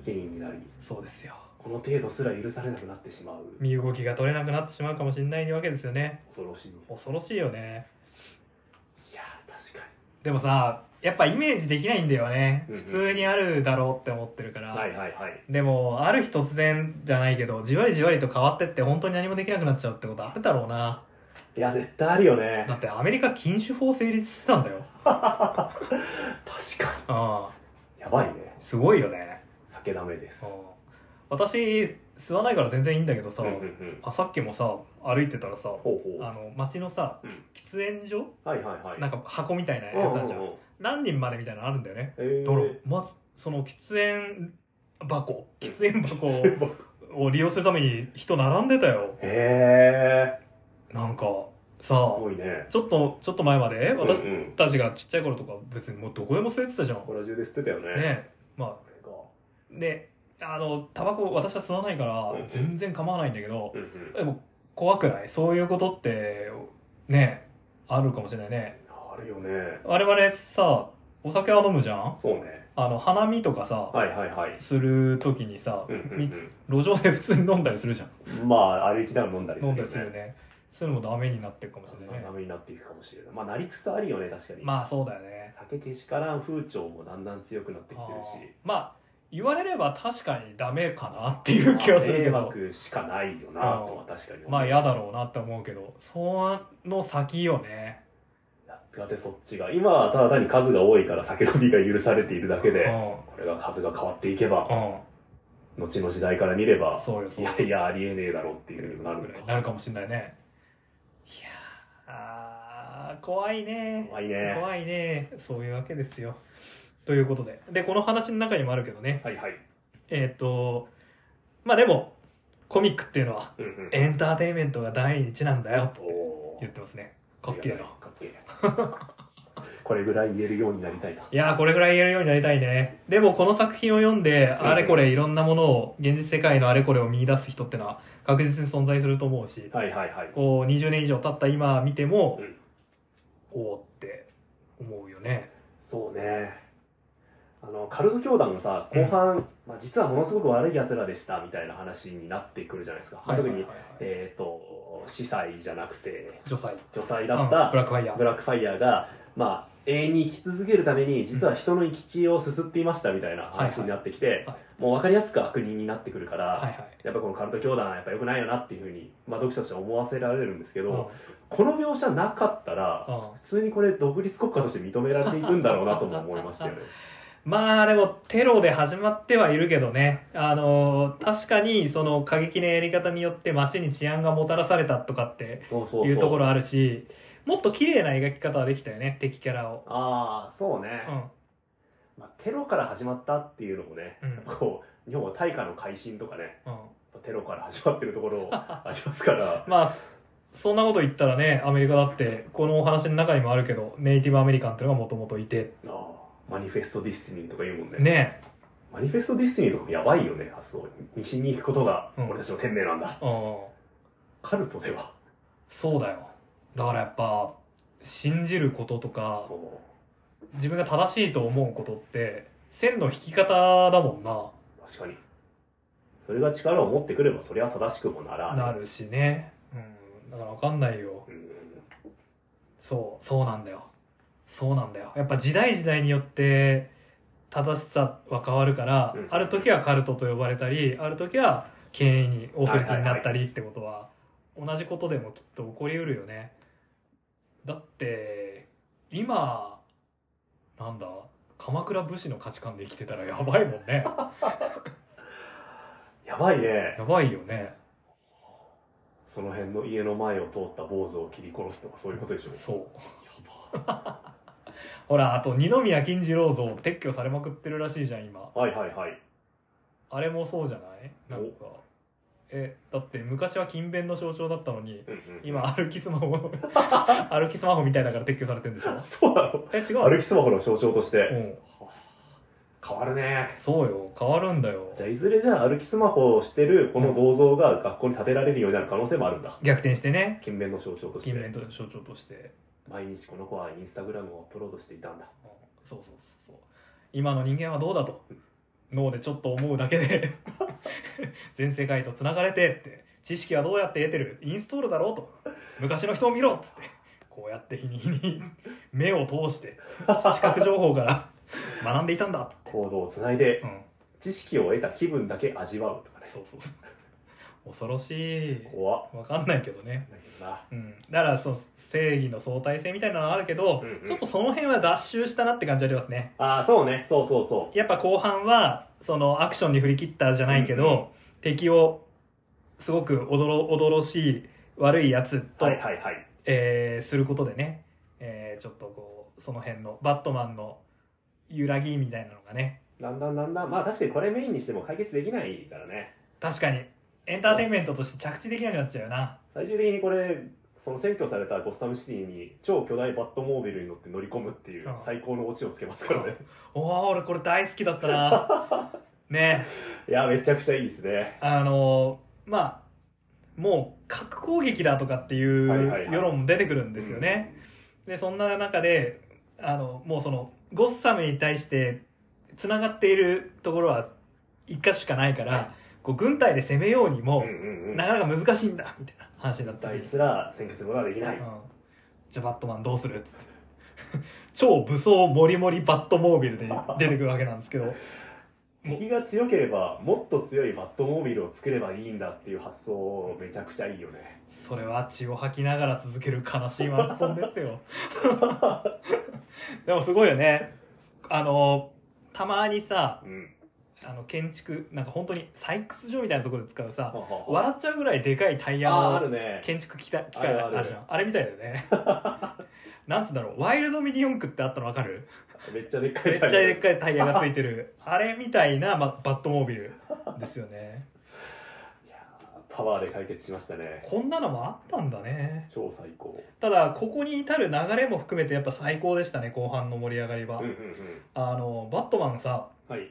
B: 権威になり
A: そうですよ
B: この程度すら許されなくなってしまう
A: 身動きが取れなくなってしまうかもしれないわけですよね
B: 恐ろしいい
A: 恐ろしいよね
B: やー確か
A: でもさやっぱイメージできないんだよね
B: うんうん
A: 普通にあるだろうって思ってるから、
B: にはいはいはい
A: でもある日突然じゃないけどじわりじわりと変わってって本当に何もできなくなっちゃうってことあるだろうない
B: や絶対あるよね
A: だってアメリカ禁酒法成立してたんだよ
B: 確か
A: あ
B: にやばいね
A: あすごいよね
B: 酒ダメです
A: うん私吸わないから全然いいんだけどさ、
B: うんうんうん
A: あさっきもさ歩いてたらさ
B: ほうほう
A: あの街のさ、
B: うん
A: 喫煙所
B: はいはいはい
A: なんか箱みたいなやつあるじゃん,、
B: うんうんうん
A: 何人までみたいなのあるんだよね
B: えー
A: だからまずその喫煙箱喫煙箱を
B: へ
A: を利用するために人並んでた よ
B: え
A: なんかさ
B: すごいね
A: ちょっとちょっと前まで私
B: うんうん
A: たちがちっちゃい頃とか別にもうどこでも吸えてたじゃん
B: ここら中で吸ってたよね
A: ねまあ
B: これが
A: であのタバコ私は吸わないから
B: うん
A: 全然構わないんだけど
B: うんうん
A: でも怖くないそういうことってねあるかもしれないね
B: あるよね
A: 我々さお酒は飲むじゃん
B: そうね
A: あの花見とかさ
B: はいはいはい
A: する時にさ、
B: うんうん
A: み路上で普通に飲んだりするじゃん
B: うんまあ歩きながら飲んだり
A: 飲んだりするよ
B: よね
A: ねそういうのもダメになってるかもしれないね
B: ダメになっていくかもしれないまあなりつつあるよね確かに
A: まあそうだよね
B: 酒けしからん風潮もだんだん強くなってきてる
A: あー
B: し
A: まあ言われれば確かにダメかなっていう気はするけ
B: まあ迷
A: ど
B: 惑しかないよなとは確かに思う
A: まあ嫌だろうなって思うけどその先よね
B: やってそっちが今はただ単に数が多いから酒飲みが許されているだけ
A: う
B: で
A: ん
B: これが数が変わっていけば
A: う
B: 後の時代から見れば
A: んそうよそ
B: いう
A: よ
B: やいやありえねえだろうっていうふうになる
A: ぐらい
B: の
A: に
B: か
A: なるかもしれないねいやーあー怖いね
B: 怖いね
A: 怖いねそういうわけですよということででこの話の中にもあるけどね
B: はいはい
A: えっ、とまあでもコミックっていうのは
B: うんうん
A: エンターテインメントが第一なんだよと
B: お
A: 言ってますねかっけえな
B: かっけえこれぐらい言えるようになりたいない
A: やーこれぐらい言えるようになりたいねでもこの作品を読んで
B: ん
A: あれこれいろんなものを現実世界のあれこれを見出す人ってのは確実に存在すると思うし
B: はいはいはい
A: こう20年以上経った今見ても
B: うん
A: おおって思うよね
B: そうねあのカルト教団がさ後半、まあ、実はものすごく悪い奴らでしたみたいな話になってくるじゃないですか、
A: はいはいはい
B: 特
A: は
B: に
A: い
B: えっ、と司祭じゃなくて
A: 女才
B: 女祭
A: ブ
B: だっ
A: ラ
B: た
A: ックファイヤ
B: ブ
A: ー
B: ラックファイヤーが、まあ、永遠に生き続けるために実は人の生き血をすすっていましたみたいな話になってきて、
A: はい
B: もう分かりやすく悪人になってくるから、
A: はいはい
B: やっぱこのカルト教団はやっぱ良くないよなっていうふうに、まあ、読者としては思わせられるんですけ
A: うん
B: ど、この描写なかったら
A: うん
B: 普通にこれ独立国家として認められていくんだろうなとも思いましたよね。
A: まあでもテロで始まってはいるけどねあのー確かにその過激なやり方によって街に治安がもたらされたとかって
B: そうそうそう
A: いうところあるしもっと綺麗な描き方はできたよね敵キャラを、
B: ああそうね、
A: うん、
B: まあ、テロから始まったっていうのもね、
A: うん
B: こう日本は大化の改新とかね
A: うん、
B: テロから始まってるところあります から。
A: まあそんなこと言ったらねアメリカだってこのお話の中にもあるけどネイティブアメリカンっていうのがもともといて
B: ああマニフェストディスティニーとか言うもんね
A: ね
B: マニフェストディスティニーとかもやばいよね発想西に行くことが
A: うん
B: 俺たちの天命なんだ、
A: うん
B: カルトでは
A: そうだよだからやっぱ信じることとか
B: も
A: 自分が正しいと思うことって線の引き方だもんな
B: う確かにそれが力を持ってくればそれは正しくもなら
A: なるしね、うん、だから分かんないよ
B: うん
A: そうそうなんだよそうなんだよやっぱ時代時代によって正しさは変わるから、
B: うん
A: ある時はカルトと呼ばれたりある時は権威にオーソリティになったりってことは同じことでもきっと起こりうるよねだって今なんだ鎌倉武士の価値観で生きてたらやばいもんね
B: やばいね
A: やばいよね
B: その辺の家の前を通った坊主を切り殺すとかそういうことでしょ
A: そう
B: や
A: ほらあと二宮金次郎像撤去されまくってるらしいじゃん今
B: ばはいはいはい
A: あれもそうじゃないなんかえだって昔は勤勉の象徴だったのに
B: うんうん
A: 今歩きス マホ歩きスマホみたいだから撤去されてるんでしょ
B: そうなの
A: え違う
B: 歩きスマホの象徴として、
A: うん
B: 変わるね
A: そうよ変わるんだよ
B: じゃあいずれじゃあ歩きスマホをしてるこの銅像が学校に建てられるようになる可能性もあるんだ
A: 逆転してね
B: 勤勉の象徴として
A: 勤勉の象徴として
B: 毎日この子はインスタグラムをアップロードしていたんだ
A: うんそうそうそうそう今の人間はどうだと脳でちょっと思うだけで 全世界とつながれてって知識はどうやって得てるインストールだろうと昔の人を見ろっつってこうやって日に日に目を通して視覚情報から学んでいたんだっつって、
B: 行動をつないで
A: うん、
B: 知識を得た気分だけ味わうとかね
A: そうそうそう恐ろしい
B: 怖っ
A: わかんないけどね、
B: だけどな
A: うん、だからその正義の相対性みたいなのはあるけど、
B: うんうん
A: ちょっとその辺は脱臭したなって感じありますね
B: ああそうねそうそうそ
A: やっぱ後半はそのアクションに振り切ったじゃないけど、
B: うんうん
A: 敵をすごくおどろおどろしい悪いやつ
B: う
A: と、
B: はいはいはい
A: えーすることでね、えーちょっとこうその辺のバットマンの揺らぎみたいなのがね
B: だんだんだんだん、まあ確かにこれメインにしても解決できないからね。
A: 確かにエンターテインメントとして着地できなくなっちゃうよな
B: 最終的にこれ、その占拠されたゴッサムシティに超巨大バットモービルに乗って乗り込むっていう
A: うん
B: 最高のオチをつけますからね。
A: おお俺これ大好きだったな ね
B: いや、めちゃくちゃいいですね。
A: あのーまあもう核攻撃だとかってい
B: はいはいはいう
A: 世論も出てくるんですよね、でそんな中であのもうそのゴッサムに対してつながっているところは一箇所しかないから、
B: はい
A: こう軍隊で攻めように
B: うん。
A: も
B: うん、うんうん。
A: なかなか難しいんだみたいな話になった
B: 大
A: り、
B: すら占拠することはできない。
A: うんじゃあバットマンどうするっつって 超武装モリモリバットモービルで出てくるわけなんですけど
B: 敵が強ければもっと強いバットモービルを作ればいいんだっていう発想めちゃくちゃいいよね。
A: それは血を吐きながら続ける悲しいマラソンですよ でもすごいよねあのたまにさ
B: うん。
A: あの建築なんか本当に採掘場みたいなところで使うさ
B: 笑
A: 笑っちゃうぐらいでかいタイヤ
B: あーあ
A: の
B: るね。
A: 建築機械機械
B: あるある
A: あるじゃんあれみたいだよね なんつうんだろうワイルドミニ四駆ってあったのわかる
B: めっちゃでっか
A: めっち
B: いタ
A: ゃ
B: イヤ
A: でっかいタイヤがついてる あれみたいな、ま、バットモービルですよね
B: いやーパワーで解決しましたね。
A: こんなのもあったんだね
B: 超最高。
A: ただここに至る流れも含めてやっぱ最高でしたね後半の盛り上がりは、
B: うんうんうん。
A: あのバットマンさ
B: はい。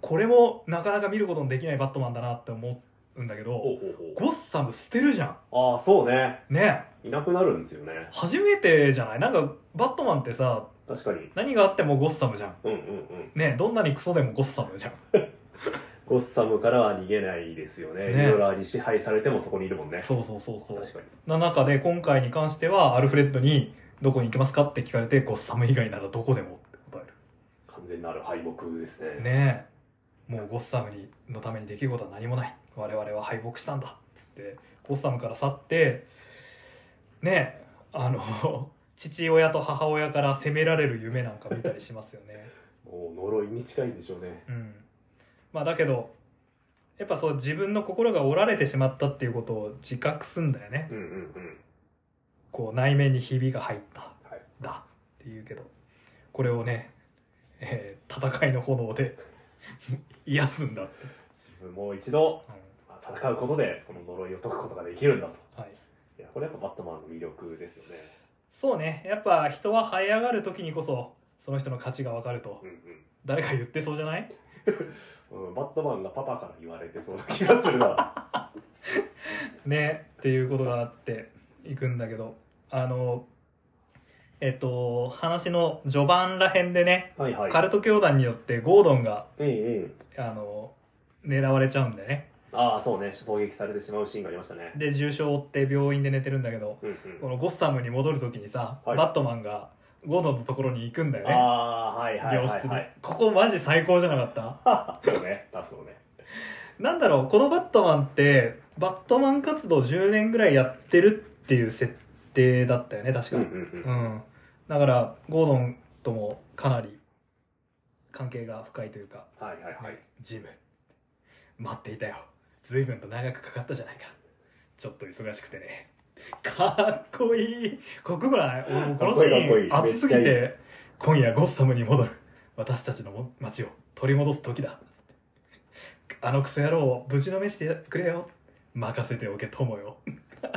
A: これもなかなか見ることのできないバットマンだなって思うんだけど
B: ほうほう
A: ゴッサム捨てるじゃ
B: ほう。ああ、そうね。
A: んね
B: いなくなるんですよね。
A: 初めてじゃないなんかバットマンってさ
B: 確かに。
A: 何があってもゴッサムじゃん
B: うんうんうん。
A: ねどんなにクソでもゴッサムじゃん
B: ゴッサムからは逃げないですよね。
A: ね
B: リドラーに支配されてもそこにいるもんね。
A: そうそうそうそう
B: 確かに。
A: な中で今回に関してはアルフレッドに「どこに行きますか?」って聞かれて「ゴッサム以外ならどこでも」って答え
B: 完全なる敗北ですね。
A: るねえもうゴッサムにのためにできることは何もない我々は敗北したんだっつってゴッサムから去ってねえあの父親と母親から責められる夢なんか見たりしますよね
B: もう呪いに近いんでしょうね。
A: うんまあだけどやっぱそう自分の心が折られてしまったっていうことを自覚すんだよね
B: うんうんうん。
A: こう内面にひびが入った、
B: い
A: だって言うけどこれをね、えー戦いの炎で 癒すんだって、
B: 自分もう一度
A: う
B: まあ戦うことでこの呪いを解くことができるんだと。
A: んはい、
B: いや、これやっぱバットマンの魅力ですよね。
A: そうねやっぱ人は這い上がる時にこそその人の価値が分かると
B: うん
A: 誰か言ってそうじゃない
B: うん。うん、バットマンがパパから言われてそうな気がする な。
A: ねっていうことがあっていくんだけどあのえっと話の序盤らへんでね、
B: はいはい。
A: カルト教団によってゴードンが
B: うんうん。
A: あの狙われちゃうんでね
B: ああ、そうね。衝撃されてしまうシーンがありましたね。
A: で重傷を負って病院で寝てるんだけど
B: うんう
A: こ
B: ん。
A: のゴッサムに戻るときにさ、
B: はい
A: バットマンがゴードンのところに行くんだよ
B: あ
A: ね
B: あ、はいはい
A: 病
B: は
A: 室に、
B: い、はい。
A: ここマジ最高じゃなかった
B: そうね。あ、そうね。
A: なんだろうこのバットマンってバットマン活動10年ぐらいやってるっていう設定だったよね確か、
B: うんうん
A: う
B: うん。
A: ん、だからゴードンともかなり関係が深いというか、
B: はいはいはい。
A: ジム待っていたよ随分と長くかかったじゃないかちょっと忙しくてねかっこいいかっこよくない俺もうこのシ
B: かっこい
A: ー
B: い
A: ン
B: かっこいい
A: 熱すぎ
B: めっちゃい
A: て今夜ゴッサムに戻る私たちの街を取り戻す時だあのクソ野郎を無事のめしてくれよ任せておけ友よっ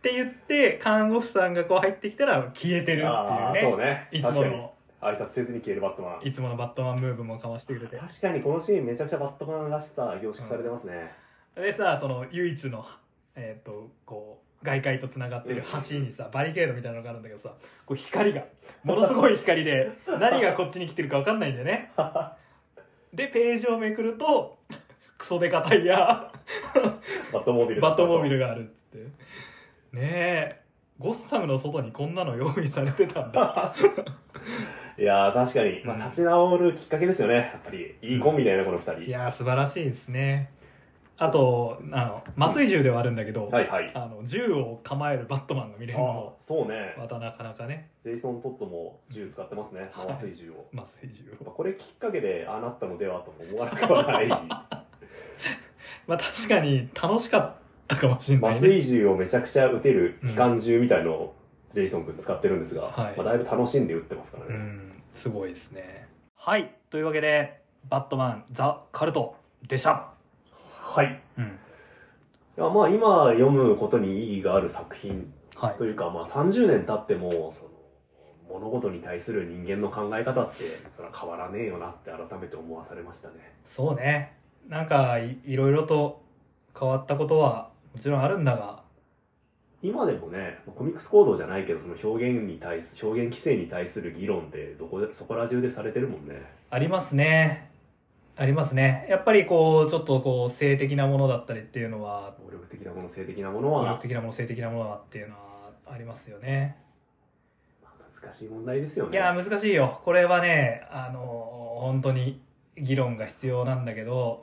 A: て言って看護婦さんがこう入ってきたら消えてる
B: あ
A: っ
B: あ、
A: てい
B: そうう
A: ね
B: ね。
A: いつも
B: 確かに。
A: の
B: 挨拶せずに消えるバットマン。
A: いつものバットマンムーブもかましてくれて
B: 確かにこのシーンめちゃくちゃバットマンらしさ凝縮されてますね。
A: でさその唯一のえっ、とこう外界とつながってる橋にさバリケードみたいなのがあるんだけどさこう光がものすごい光で何がこっちに来てるか分かんないんだよねでページをめくるとクソデカタイヤ
B: バットモービル。
A: バットモービルがあるってねえゴッサムの外にこんなの用意されてたんだ
B: いやー確かに、
A: うん
B: まあ、立ち直るきっかけですよねやっぱりいいコンビだよねこの二
A: い
B: 人
A: やー素晴らしいですねあとあの麻酔銃ではあるんだけど、
B: はいはいあ
A: あの銃を構えるバットマンが見れるのも
B: そうね
A: またなかなかね
B: ジェイソン・トッドも銃使ってますね
A: はい
B: 麻酔銃を、
A: 麻酔銃を
B: まあこれきっかけでああなったのではとも思わなくは ない
A: まあ確かに楽しかったかもしれな
B: 麻
A: いね。
B: 酔銃をめちゃくちゃ撃てる機関銃みたいのをジェイソン君使ってるんですが、
A: はい
B: まあ、だいぶ楽しんで撃ってますから
A: う
B: ね、
A: ん、すごいですね。はい。というわけで「バットマン・ザ・カルト」でした、
B: はい。
A: うん
B: いやまあ今読むことに意義がある作品
A: はい
B: というか、まあ30年経っても、その、物事に対する人間の考え方って、それは変わらねえよなって改めて思わされましたね。
A: そうねなんかいいろいろと変わったことはもちろんあるんだが
B: 今でもね、コミックス行動じゃないけど、その表現に対す、表現規制に対する議論って、どこで、そこら中でされてるもんね。
A: ありますねありますねやっぱりこうちょっとこう性的なものだったりっていうのは
B: 能力的なもの、性的なもの
A: 能
B: は
A: 力、的なもの性的なものはっていうのはありますよね
B: まあ難しい問題ですよね。
A: いや難しいよこれはねあの本当に議論が必要なんだけど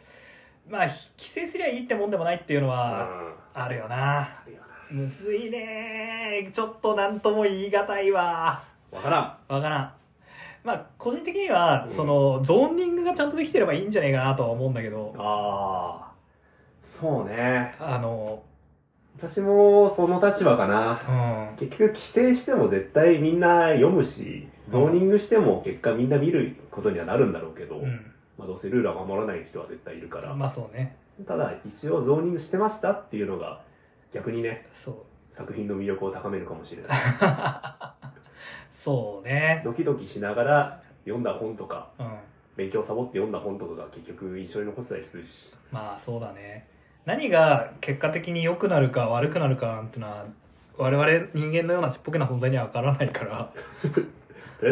A: まあひ規制すりゃいいってもんでもないっていうの
B: うん
A: は
B: あ
A: あるよな
B: るよな
A: むずいねちょっと何とも言い難いわ
B: わからん。
A: わからんまあ個人的には
B: うん
A: そのゾーニングがちゃんとできてればいいんじゃないかなとは思うんだけど
B: ああ、そうね。
A: あの
B: 私もその立場か
A: う
B: な。
A: ん
B: 結局、規制しても絶対みんな読むし、ゾーニングしても結果みんな見ることにはなるんだろうけど、
A: うん
B: まあどうせルールは守らない人は絶対いるから、
A: まあそうね
B: ただ一応ゾーニングしてましたっていうのが、逆にね、
A: そう
B: 作品の魅力を高めるかもしれない。
A: そうね
B: ドキドキしながら読んだ本とか、
A: うん
B: 勉強サボって読んだ本とかが結局印象に残ってたりするし、
A: まあそうだね何が結果的に良くなるか悪くなるかなんてのは我々人間のようなちっぽけな存在には分からないから、
B: とり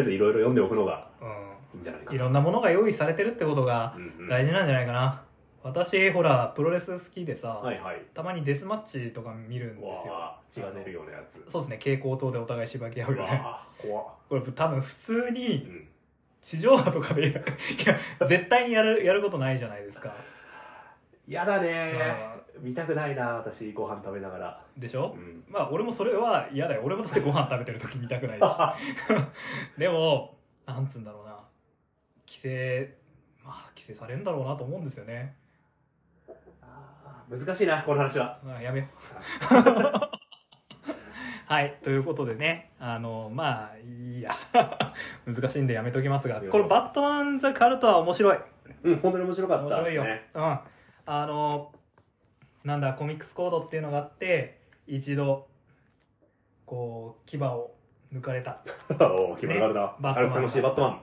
B: あえずいろいろ読んでおくのが
A: う
B: いいんじゃないか
A: ん、
B: な。
A: いろんなものが用意されてるってことが
B: うんうん
A: 大事なんじゃないかな私ほらプロレス好きでさ、
B: はいはい。
A: たまにデスマッチとか見るんです
B: う
A: よ
B: わー血が出るようなやつ。
A: そうですね蛍光灯でお互いしばき合うよね
B: わー怖っ。
A: これ多分普通
B: う
A: に
B: ん。
A: 地上波とかでいや絶対にやるやることないじゃないですか、
B: やだ
A: ま
B: ね
A: あ
B: ー。見たくないなー私ご飯食べながら。
A: でしょ
B: うん。
A: まあ俺もそれは嫌だよ俺もだってご飯食べてる時見たく ないしでもなんつうんだろうな規制まあ規制されるんだろうなと思うんですよね、
B: あー難しいなこの話は。
A: まあ、 やめようはいということでねあのまあいいや 難しいんでやめときますがこの「バットマン・ザ・カルト」は面白い
B: うん本当に面白か
A: 面
B: った
A: 白
B: で
A: い
B: す
A: よ、
B: ね。
A: うんあのなんだコミックスコードっていうのがあって一度こう牙を抜かれた
B: おお決まりがあるな。
A: バットマン
B: 軽く楽しいバットマン。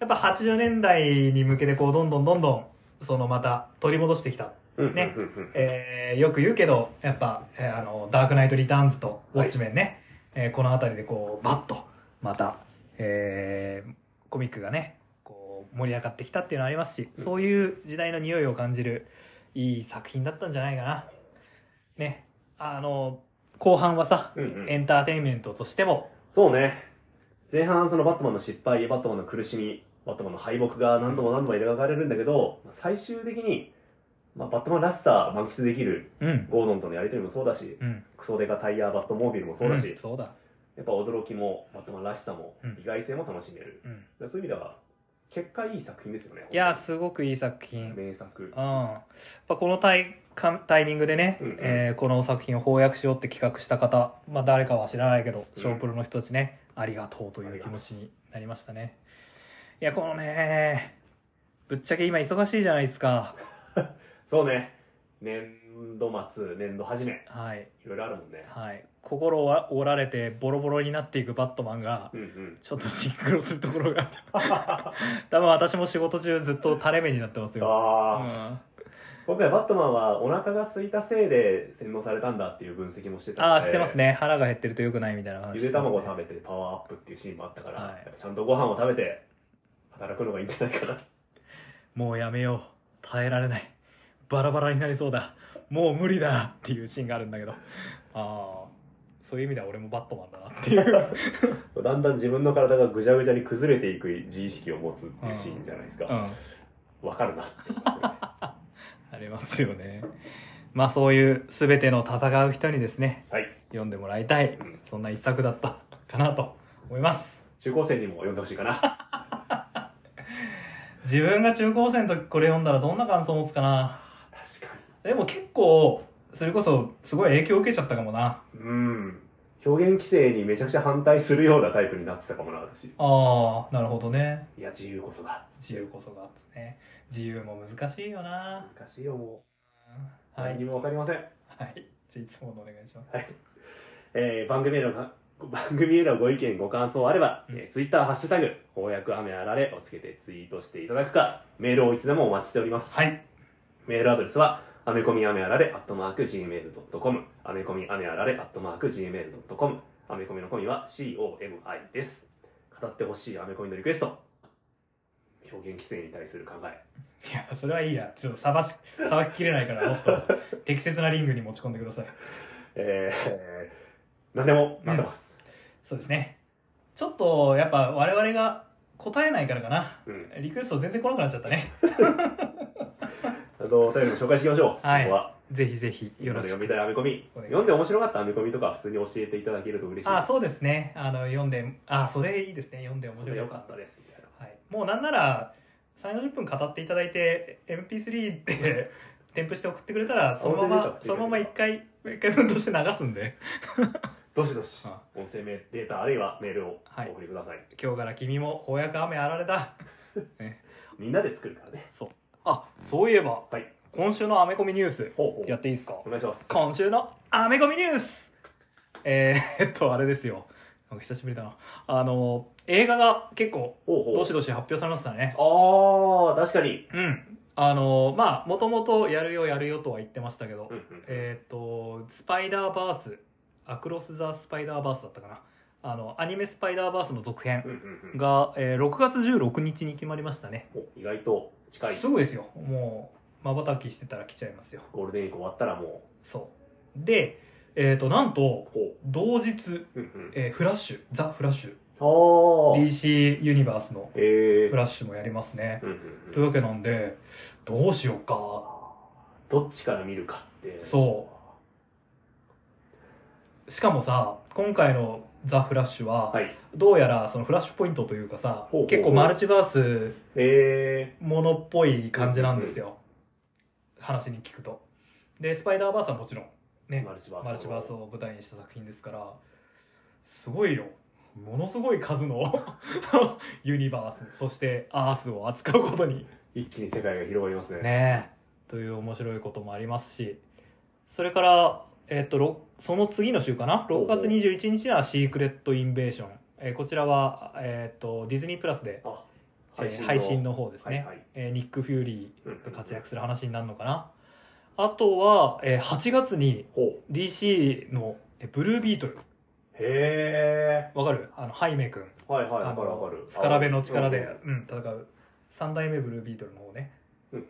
A: やっぱ80年代に向けてこうどんどんどんどんそのまた取り戻してきた、
B: うん
A: ね
B: うんうん
A: えーよく言うけどやっぱ、えーあのダークナイト・リターンズとウォッチメンね、えーこの辺りでこうバッとまた、えーコミックがねこう盛り上がってきたっていうのはありますし
B: うん
A: そういう時代の匂いを感じるいい作品だったんじゃないかな。ねあの後半はさ
B: うんうん
A: エンターテインメントとしても
B: そうね。前半そのバットマンの失敗、バットマンの苦しみ、バットマンの敗北が何度も何度も描かれるんだけど、最終的に、まあ、バットマンらしさ満喫できる
A: うん
B: ゴードンとのやりとりもそうだし、
A: うん
B: クソデカタイヤーバットモービルもそうだし、
A: んそうだ、
B: やっぱ驚きもバットマンらしさも
A: うん
B: 意外性も楽しめる、
A: うん、
B: だからそういう意味では結果いい作品ですよね
A: いやすごくいい作品
B: 名作
A: うん、やっぱこのタイかんタイミングでね、
B: うんうん
A: えーこの作品を翻訳しようって企画した方、まあ、誰かは知らないけど
B: うん
A: ショープロの人たちね、ありがとうという気持ちになりましたねいやこのねぶっちゃけ今忙しいじゃないですか
B: そうね年度末年度初め
A: はい
B: いろいろあるもんね
A: はい心を折られてボロボロになっていくバットマンが
B: うんうん
A: ちょっとシンクロするところ が多分私も仕事中ずっと垂れ目になってますよ、う
B: ああ、
A: ん
B: 今回バットマンはお腹が空いたせいで洗脳されたんだっていう分析もしてたので
A: ああしてますね腹が減ってると良くないみたいな話
B: ゆで卵を
A: してます
B: 食べてパワーアップっていうシーンもあったから、
A: はい
B: やっぱちゃんとご飯を食べて働くのがいいんじゃないかな
A: もうやめよう耐えられないバラバラになりそうだもう無理だっていうシーンがあるんだけどああそういう意味では俺もバットマンだなっていう
B: だんだん自分の体がぐちゃぐちゃに崩れていく自意識を持つっていうシーンじゃないですか、
A: うん
B: わかるなって思いますよね
A: ありますよねまあそういう全ての戦う人にですね
B: はい
A: 読んでもらいたい
B: うん
A: そんな一作だったかなと思います
B: 中高生にも読んでほしい かな
A: 自分が中高生の時これ読んだらどんな感想を持つかな
B: 確か
A: でも結構それこそすごい影響を受けちゃったかもな
B: にうん表現規制にめちゃくちゃ反対するようなタイプになってたかもな私い
A: ああなるほどね
B: や自由こそが
A: 自由こそがっつね自由も難しいよな
B: 難しいよもう、
A: はい
B: 何にも分かりません
A: はいじゃあいつものお願いします
B: えー番組へのが番組へのご意 見ご感想あれば、
A: うん
B: えツイッター Twitter ハッシュタグ「翻訳雨あられ」をつけてツイートしていただくかメールをいつでもお待ちしております、
A: はい
B: メールアドレスはアメコミアメあられアットマーク Gmail.com アメコミアメあられアットマーク Gmail.com アメコミのコミは COMI です語ってほしいアメコミのリクエスト表現規制に対する考え
A: いやそれはいいやちょっとさばし さばききれないからもっと適切なリングに持ち込んでください
B: えー、何でも待ってます、
A: そうですねちょっとやっぱ我々が答えないからかな
B: うん
A: リクエスト全然来なくなっちゃったね
B: あのお便りも紹介していきましょう、
A: はい
B: ここは
A: ぜひぜひよろし
B: 読み
A: く
B: たいアメコミ
A: お願いします
B: 読んで面白かったアメコミとか普通に教えていただけると嬉しいです
A: あそうですねあの読んであそれいいですね読んで面白い
B: よかったですみたいな
A: はい、もうなんなら3 4 0分語っていただいて MP3 で 添付して送ってくれたらそのま
B: 音
A: ま
B: 声データ送ってくれれば
A: そのまま1回一回分として流すんで
B: どしどし
A: あ
B: 音声メデータあるいはメールを
A: はい
B: お送りください、
A: 今日から君も翻訳雨あられだ
B: みんなで作るからね
A: あそういえば、
B: はい
A: 今週のアメコミニュース
B: ほうほう
A: やっていいですか
B: お願いします
A: 今週のアメコミニュースえー、えっとあれですよなんか久しぶりだなあの映画が結構
B: ほうほう
A: どしどし発表されましたね
B: ああ確かに
A: うんあのまあもともとやるよやるよとは言ってましたけど、
B: うんうん
A: えっ、と、スパイダーバース、アクロス・ザ・スパイダーバースだったかな。あの、アニメスパイダーバースの続
B: うん
A: 編
B: うんうん
A: が、えー6月16日に決まりましたね。
B: お意外と近い
A: すぐですよ。もう、瞬きしてたら来ちゃいますよ。
B: ゴールデンウィーク終わったらも
A: そう。で、えっ、と、なんと
B: う、ほ
A: 同日、
B: う、うんうん、
A: えーフラッシュ、ザ・フラッシュ、
B: ああ
A: DC ユニバースの
B: ええ
A: フラッシュもやりますね。
B: うんう
A: という
B: んうん
A: わけなんで、どうしようか。
B: どっちから見るかって
A: そう。しかもさ、今回のザ・フラッシュは、
B: はい
A: どうやらそのフラッシュポイントというかさ
B: ほうほうほう
A: 結構マルチバース
B: え
A: ものっぽい感じなんですよ、話に聞くとでスパイダーバースはもちろん
B: え
A: ね
B: マルチバース
A: マルチバースを舞台にした作品ですからすごいよものすごい数の ユニバースそしてアースを扱うことに
B: 一気に世界が広がりますね
A: ねえという面白いこともありますしそれから、えっとろその次の週かな6月21日は「シークレット・インベーション」えーこちらは、えっとディズニープラスで
B: あ
A: えー配信の方ですね、
B: はいはい
A: えーニック・フューリ
B: うん
A: ーが活躍する話になるのかな、あとは、えー8月に
B: ほう
A: DC のえーブルービートル
B: へえ
A: わかるあのハイメ君
B: はいはい
A: あ
B: わかる
A: の
B: わかる
A: スカラベの力で、うん、戦う3代目ブルービートルの方ね
B: うん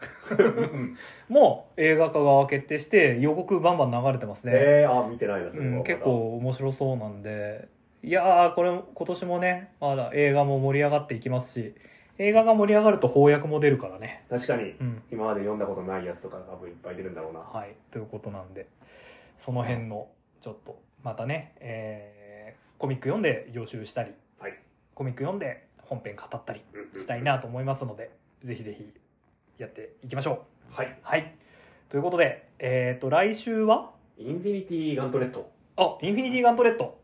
B: うん
A: もう映画化が決定して予告バンバン流れてますね、
B: へえあ見てないなそれは
A: う
B: ま
A: ん、
B: だ
A: 結構面白そうなんでいやーこれ今年もねまだ映画も盛り上がっていきますし映画が盛り上がると翻訳も出るからね
B: 確かに
A: うん
B: 今まで読んだことないやつとか多分いっぱい出るんだろうな
A: はいということなんでその辺のちょっとまたね、えーコミック読んで予習したり、
B: はい
A: コミック読んで本編語ったり
B: うんうん
A: したいなと思いますので、ぜひぜひやっていきましょ
B: は
A: うはいということでえっ、と来週はい
B: インフィニティガントレット
A: あインフィニティガントレット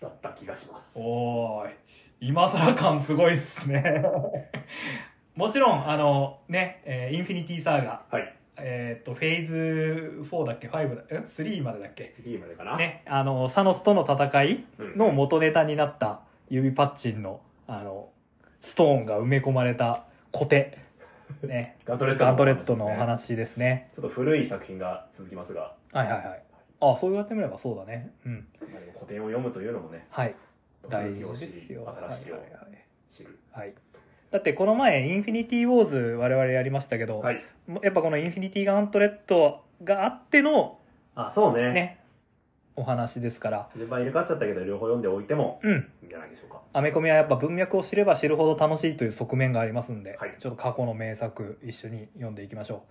B: だった気がします
A: おーい今更感すごいっす ねもちろんあのね、えーインフィニティサーガ
B: はい
A: えっ、とフェーズ4だっけ5だえ3までだっけ
B: 次までかな
A: ねあのサノスとの戦い
B: うん
A: の元ネタになった指パッチンのあのストーンが埋め込まれたコテ、ね、
B: ガントレット
A: ガントレットのお
B: お話ですね
A: 話ですね
B: ちょっと古い作品が続きますが
A: はいはいはいあそう言われてみればそうだねうん
B: まあでも古典を読むというのもね
A: はい大
B: 古きを
A: 事
B: 知
A: です
B: り
A: よ
B: 新しきを
A: はいはいはい
B: 知る
A: はい、だってこの前「インフィニティ・ウォーズ」我々やりましたけど、
B: はい
A: もやっぱこの「インフィニティ・ガントレット」があっての
B: あそうね
A: ねお話ですから
B: 順番入れ替わっちゃったけど両方読んでおいても
A: うん
B: いいんじゃないでしょうか
A: アメコミはやっぱ文脈を知れば知るほど楽しいという側面がありますんで、
B: はい
A: ちょっと過去の名作一緒に読んでいきましょ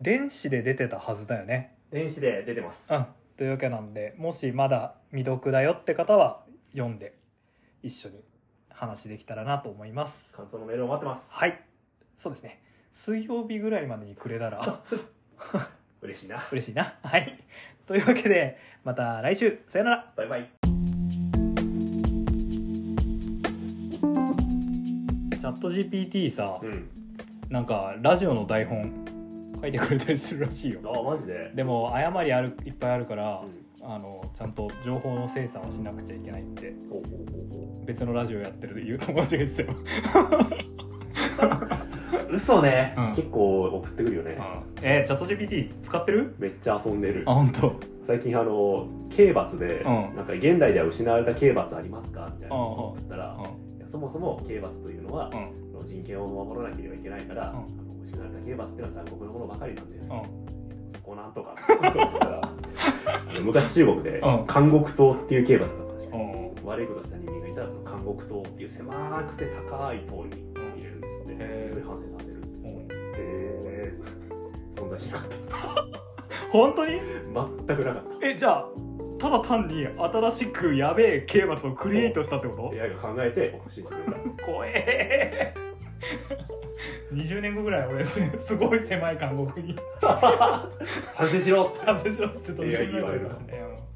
A: う、電子で出てたはずだよね
B: 電子で出てます
A: うんというわけなんでもしまだ未読だよって方は読んで一緒に話できたらなと思います
B: 感想のメールを待ってます
A: はいそうですね水曜日ぐらいまでにくれた ら
B: 嬉しいな
A: 嬉しいな。はい。というわけで、また来週、さよなら。
B: バイバイ
A: ャット GPT さ、
B: うん
A: なんかラジオの台本書いてくれたりするらしいよ
B: あマジで、
A: でも誤りあるいっぱいあるから
B: う、ん、
A: あのちゃんと情報の精査はしなくちゃいけないって
B: ほうほうほうほ
A: 別のラジオやってる言う友達が言ってたよ、
B: う嘘ね、
A: うん
B: 結構送ってくるよね、
A: えーチャット GPT 使ってる
B: めっちゃ遊んでる
A: あ本当。
B: 最近あの刑罰で、
A: うん
B: なんか現代では失われた刑罰ありますかみたいな
A: うん
B: ことを言ったら、
A: う
B: いやそもそも刑罰というのは、
A: んうん
B: 人権を守らなければいけないから、
A: うん
B: あの失われた刑罰っていうのは残酷なものばかりなんです、
A: うん
B: そこなんとか だから昔中国で、
A: うん
B: 監獄島っていう刑罰だったんですよ、
A: うん
B: 悪いことした人間がいたらその監獄島っていう狭くて高い塔に入れるんですって、
A: へー
B: それ反省させる
A: うん
B: へえそんなしなかった
A: 本当に
B: 全くなかっ
A: えじゃあただ単に新しくやべえ刑罰をクリエイトしたってこと
B: た AI が考えて欲しいって言うんだ
A: 怖 え20年後ぐらい俺すごい狭い監獄に
B: 反省しろ
A: 外しろって閉じ込められちゃうかもしれない